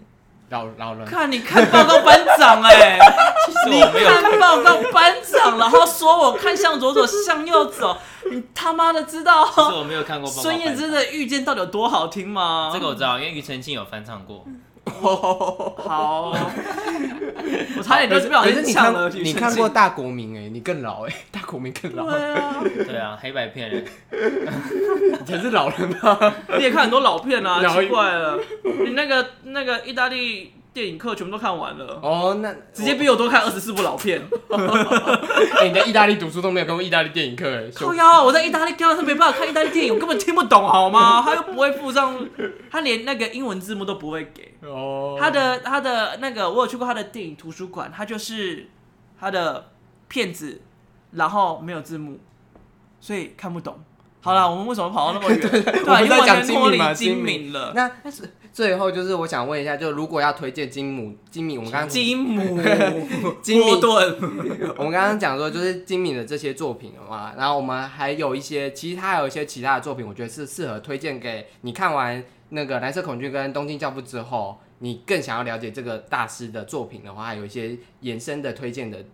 [SPEAKER 3] 老老人
[SPEAKER 1] 看你看报告班长 哎，
[SPEAKER 2] 其实我没有
[SPEAKER 1] 看报告班长，然后说我看向左走向右走，你他妈的知
[SPEAKER 2] 其实
[SPEAKER 1] 道
[SPEAKER 2] 我没有看过《报告
[SPEAKER 1] 孙
[SPEAKER 2] 班
[SPEAKER 1] 燕
[SPEAKER 2] 长
[SPEAKER 1] 姿的《遇见》到底有多好听吗？
[SPEAKER 2] 这个我知道，因为庾澄庆有翻唱过。
[SPEAKER 1] 好， 我差点就是不小
[SPEAKER 3] 可
[SPEAKER 1] 心
[SPEAKER 3] 哎是你
[SPEAKER 1] 呛了庾
[SPEAKER 3] 看
[SPEAKER 1] 澄庆。
[SPEAKER 3] 你看过大国民哎，你更老哎，大国民更老，
[SPEAKER 1] 对啊，
[SPEAKER 2] 对啊，黑白片嘞，
[SPEAKER 3] 以前是老人吗？
[SPEAKER 1] 你也看很多老片啊，
[SPEAKER 3] 老
[SPEAKER 1] 奇怪了，你那个那个意大利电影课全部都看完了，
[SPEAKER 3] 哦，那
[SPEAKER 1] 直接比我多看二十四部老片。
[SPEAKER 3] 哎，你在意大利读书都没有跟过意大利电影课哎，
[SPEAKER 1] 靠
[SPEAKER 3] 就
[SPEAKER 1] 腰，我在意大利根本是没办法看意大利电影，我根本听不懂好吗？他又不会附上，他连那个英文字幕都不会给。
[SPEAKER 3] 哦，
[SPEAKER 1] 他的他的那个，我有去过他的电影图书馆，他就是他的片子，然后没有字幕，所以看不懂。好了，我们为什么跑到那么远？对啊，
[SPEAKER 3] 我
[SPEAKER 1] 因
[SPEAKER 3] 们
[SPEAKER 1] 为
[SPEAKER 3] 在
[SPEAKER 1] 完
[SPEAKER 3] 讲
[SPEAKER 1] 全
[SPEAKER 3] 精
[SPEAKER 1] 脱
[SPEAKER 3] 明
[SPEAKER 1] 离
[SPEAKER 3] 嘛，
[SPEAKER 1] 精
[SPEAKER 3] 明
[SPEAKER 1] 明了。
[SPEAKER 3] 那最后就是我想问一下，就如果要推荐金母金敏，我们刚刚
[SPEAKER 1] 金姆
[SPEAKER 3] 精明
[SPEAKER 1] 波顿，
[SPEAKER 3] 我们刚刚讲说，就是金敏的这些作品的话，然后我们还有一些，其实他还有一些其他的作品，我觉得是适合推荐给你看完那个《蓝色恐惧》跟《东京教父》之后，你更想要了解这个大师的作品的话，还有一些延伸的推荐的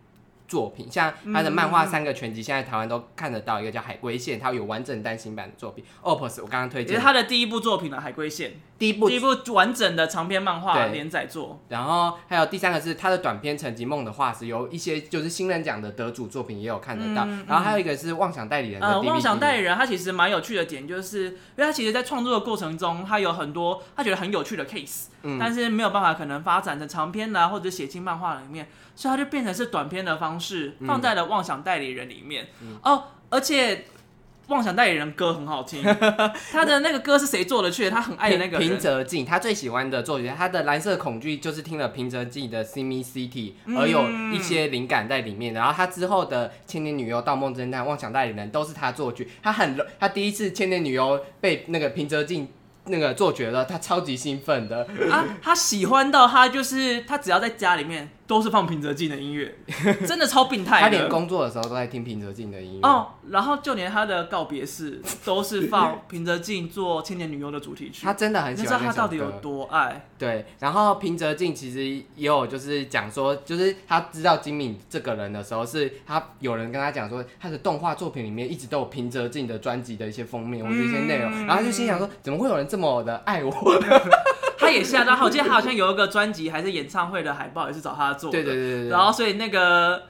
[SPEAKER 3] 作品，像他的漫画三个全集，现在台湾都看得到，一个叫《海龟线》，它有完整单行版的作品。OPUS 我刚刚推
[SPEAKER 1] 也是
[SPEAKER 3] 荐
[SPEAKER 1] 他的第一部作品了，《海龟线
[SPEAKER 3] 第一》，部
[SPEAKER 1] 第一部完整的长篇漫画
[SPEAKER 3] 对
[SPEAKER 1] 连载作。
[SPEAKER 3] 然后还有第三个是他的短篇《成绩梦的化石》，有一些就是新人奖的得主作品也有看得到。
[SPEAKER 1] 嗯
[SPEAKER 3] 然后还有一个是《妄想代理人》的
[SPEAKER 1] 呃，
[SPEAKER 3] DVD，、
[SPEAKER 1] 妄想代理人他其实蛮有趣的点，就是因为他其实，在创作的过程中，他有很多他觉得很有趣的 case，、
[SPEAKER 3] 嗯
[SPEAKER 1] 但是没有办法可能发展成长篇啊，或者写进漫画里面，所以他就变成是短篇的方式
[SPEAKER 3] 嗯
[SPEAKER 1] 放在了妄想代理人里面。哦，而且妄想代理人歌很好 听，他的那个歌是谁做的去？他很爱哎的那个人
[SPEAKER 3] 平泽静，他最喜欢的作曲家，他的《蓝色恐惧》就是听了平泽静的《Simi City》，而
[SPEAKER 1] 嗯
[SPEAKER 3] 有一些灵感在里面。然后他之后的《千年女优》《盗梦侦探》《妄想代理人》都是他作曲。他很他第一次《千年女优》被那个平泽静那个作曲了，他超级兴奋的。
[SPEAKER 1] 啊，他喜欢到他就是他只要在家里面都是放平泽静的音乐，真的超病态的。
[SPEAKER 3] 他连工作的时候都在听平泽静的音乐。
[SPEAKER 1] 哦，然后就连他的告别式都是 放平泽静做《千年女优》的主题曲
[SPEAKER 3] 他，真的很
[SPEAKER 1] 你
[SPEAKER 3] 喜
[SPEAKER 1] 知
[SPEAKER 3] 欢
[SPEAKER 1] 道
[SPEAKER 3] 那首歌。
[SPEAKER 1] 他到底有多爱？
[SPEAKER 3] 对，然后平泽静其实也有就是讲说，就是他知道金敏这个人的时候，是他有人跟他讲说，他的动画作品里面一直都有平泽静的专辑的一些封面或者一些内容，
[SPEAKER 1] 嗯
[SPEAKER 3] 然后他就心想说，怎么会有人这么的爱我？
[SPEAKER 1] 他也吓到，我记得他好像有一个专辑还是演唱会的海报也是找他做的，
[SPEAKER 3] 对对对对对，
[SPEAKER 1] 然后所以那个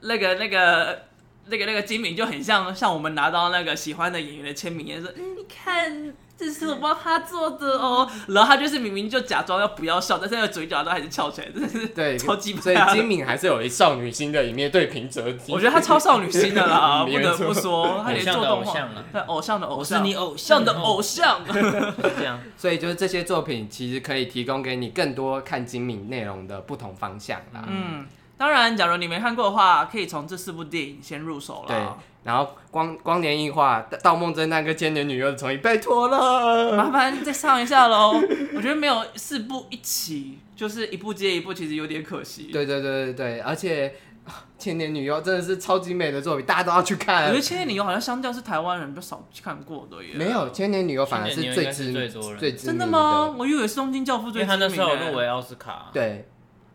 [SPEAKER 1] 那个那个。那个那个金敏就很像像我们拿到那个喜欢的演员的签名，也说嗯，你看这是我帮他做的哦。然后他就是明明就假装要不要笑，但是那个嘴角都还是翘起来，真的是
[SPEAKER 3] 对，
[SPEAKER 1] 超级
[SPEAKER 3] 所以
[SPEAKER 1] 怕的
[SPEAKER 3] 金敏还是有一少女心的一面对平泽静。
[SPEAKER 1] 我觉得他超少女心的 啦，不
[SPEAKER 3] 没
[SPEAKER 1] 得
[SPEAKER 3] 错
[SPEAKER 1] 不说，他
[SPEAKER 2] 偶
[SPEAKER 1] 连
[SPEAKER 2] 像
[SPEAKER 1] 做
[SPEAKER 2] 的
[SPEAKER 1] 动
[SPEAKER 2] 偶
[SPEAKER 1] 画，
[SPEAKER 2] 像啊，
[SPEAKER 1] 对偶像的偶
[SPEAKER 2] 我是
[SPEAKER 1] 像，
[SPEAKER 2] 你偶
[SPEAKER 1] 像
[SPEAKER 2] 像
[SPEAKER 1] 的偶像。
[SPEAKER 2] 像这样。
[SPEAKER 3] 所以就是这些作品其实可以提供给你更多看金敏内容的不同方向啦。
[SPEAKER 1] 嗯，当然，假如你没看过的话，可以从这四部电影先入手
[SPEAKER 3] 对
[SPEAKER 1] 了。，
[SPEAKER 3] 然后光光年映画、《盗梦侦探》跟《千年女优》的重映，拜托了。
[SPEAKER 1] 麻烦再上一下喽。 我觉得没有四部一起，就是一部接一部，其实有点可惜。，
[SPEAKER 3] 对对对对对，而且《千年女优》真的是超级美的作品，大家都要去
[SPEAKER 1] 我
[SPEAKER 3] 看
[SPEAKER 1] 觉得。《千年女优》好像相较是台湾人比较少看过的耶。
[SPEAKER 3] 没有，《千年女优》反而是
[SPEAKER 2] 千年
[SPEAKER 3] 最
[SPEAKER 2] 女优应该是
[SPEAKER 3] 知
[SPEAKER 2] 最多人
[SPEAKER 3] 最知
[SPEAKER 1] 真
[SPEAKER 3] 名
[SPEAKER 1] 的吗？？我以为是《东京教父》
[SPEAKER 2] 因
[SPEAKER 1] 最
[SPEAKER 2] 为
[SPEAKER 1] 知
[SPEAKER 2] 他
[SPEAKER 1] 名
[SPEAKER 2] 那时候
[SPEAKER 1] 耶
[SPEAKER 2] 入围奥斯卡，，
[SPEAKER 3] 对，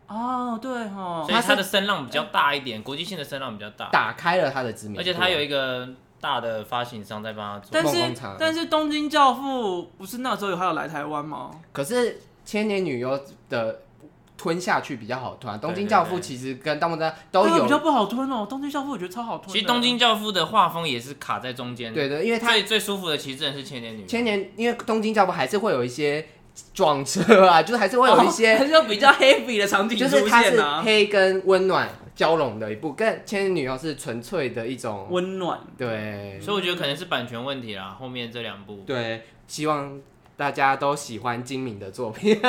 [SPEAKER 1] 哦，对哦
[SPEAKER 2] 所，以他的声浪比较大一点，国际性的声浪比较大，
[SPEAKER 3] 打开了她的知名度，啊
[SPEAKER 2] 而且他有一个大的发行商在帮他做
[SPEAKER 1] 但
[SPEAKER 3] 梦
[SPEAKER 1] 是
[SPEAKER 3] 工厂
[SPEAKER 1] 但是《东京教父》不是那时候有还有来台湾吗？
[SPEAKER 3] 可是《千年女优》的吞下去比较好吞啊，《东京教父
[SPEAKER 2] 对》对啊
[SPEAKER 3] 其实跟《盗梦侦探》都
[SPEAKER 1] 哎呦比较
[SPEAKER 3] 有，
[SPEAKER 1] 不好吞哦，《东京教父》我觉得超好吞的。
[SPEAKER 2] 其实《东京教父》的画风也是卡在中间，，
[SPEAKER 3] 对对，因为它
[SPEAKER 2] 最最舒服的其实真的是《千年女优》。
[SPEAKER 3] 千年，因为《东京教父》还是会有一些撞车啊，就是还是会有一些，
[SPEAKER 1] 哦 就比较 heavy 的
[SPEAKER 2] 哦
[SPEAKER 1] 场景
[SPEAKER 3] 就
[SPEAKER 1] 出
[SPEAKER 3] 是 它
[SPEAKER 1] 现
[SPEAKER 3] 是
[SPEAKER 1] 啊，
[SPEAKER 3] 黑跟温暖交融的一部，跟《千年女优》是纯粹的一种，
[SPEAKER 1] 温 暖。
[SPEAKER 3] 对
[SPEAKER 2] 所以我觉得可能是版权问题啦，后面这两部。
[SPEAKER 3] 对，希望大家都喜欢精明的作品。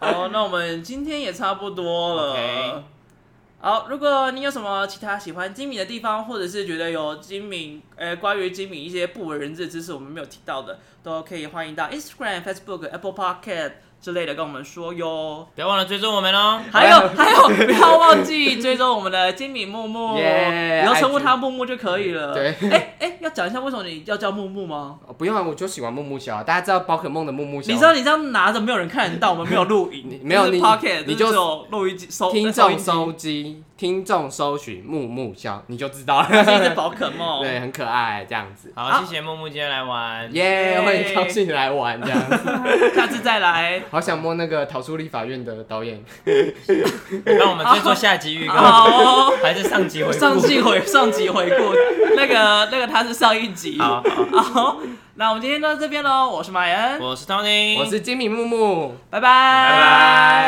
[SPEAKER 1] 好，哦那我们今天也差不多了。
[SPEAKER 2] OK
[SPEAKER 1] 好，如果你有什么其他喜欢金敏的地方，或者是觉得有金敏，呃，关于金敏一些不为人知的知识我们没有提到的，都可以欢迎到 Instagram、Facebook、Apple Pocket 之类的跟我们说 哟。
[SPEAKER 2] 不要忘了追踪我们哦。
[SPEAKER 1] 还有还有，不要忘记追踪我们的金敏木木
[SPEAKER 3] Yeah，
[SPEAKER 1] 你要称呼
[SPEAKER 3] IG
[SPEAKER 1] 他木木就可以了。
[SPEAKER 3] 对
[SPEAKER 1] 哎哎、要讲一下为什么你要叫木木吗？
[SPEAKER 3] 哦不用啊，我就喜欢木木小啊，大家知道宝可梦的木木小，
[SPEAKER 1] 你知道你这样拿着，没有人看得到，我们没有录影
[SPEAKER 3] 你，没有
[SPEAKER 1] 就是
[SPEAKER 3] 你
[SPEAKER 1] pocket，就
[SPEAKER 3] 你就是
[SPEAKER 1] 只有录一集收
[SPEAKER 3] 听
[SPEAKER 1] 收音
[SPEAKER 3] 众
[SPEAKER 1] 机
[SPEAKER 3] 搜机，听众搜寻木木小，你就知道
[SPEAKER 1] 它是一
[SPEAKER 3] 了。
[SPEAKER 1] 只宝可梦。
[SPEAKER 3] 对，很可爱这样子。
[SPEAKER 2] 好，谢谢木木今天来玩。
[SPEAKER 3] 耶、
[SPEAKER 1] 耶
[SPEAKER 3] 我很高兴来玩这样子，
[SPEAKER 1] 下次再 来。
[SPEAKER 3] 好想摸那个逃出立法院的 导演。
[SPEAKER 2] 让我们再做下集预告，
[SPEAKER 1] 好，
[SPEAKER 2] 还是上集回顾？
[SPEAKER 1] 上季回上集回顾，那个那个他是上一集。
[SPEAKER 2] 好。好，
[SPEAKER 1] 好，那我们今天就到这边喽。我是马岩，
[SPEAKER 2] 我是 Tony，
[SPEAKER 3] 我是金米木木。
[SPEAKER 1] 拜拜，拜
[SPEAKER 2] 拜拜。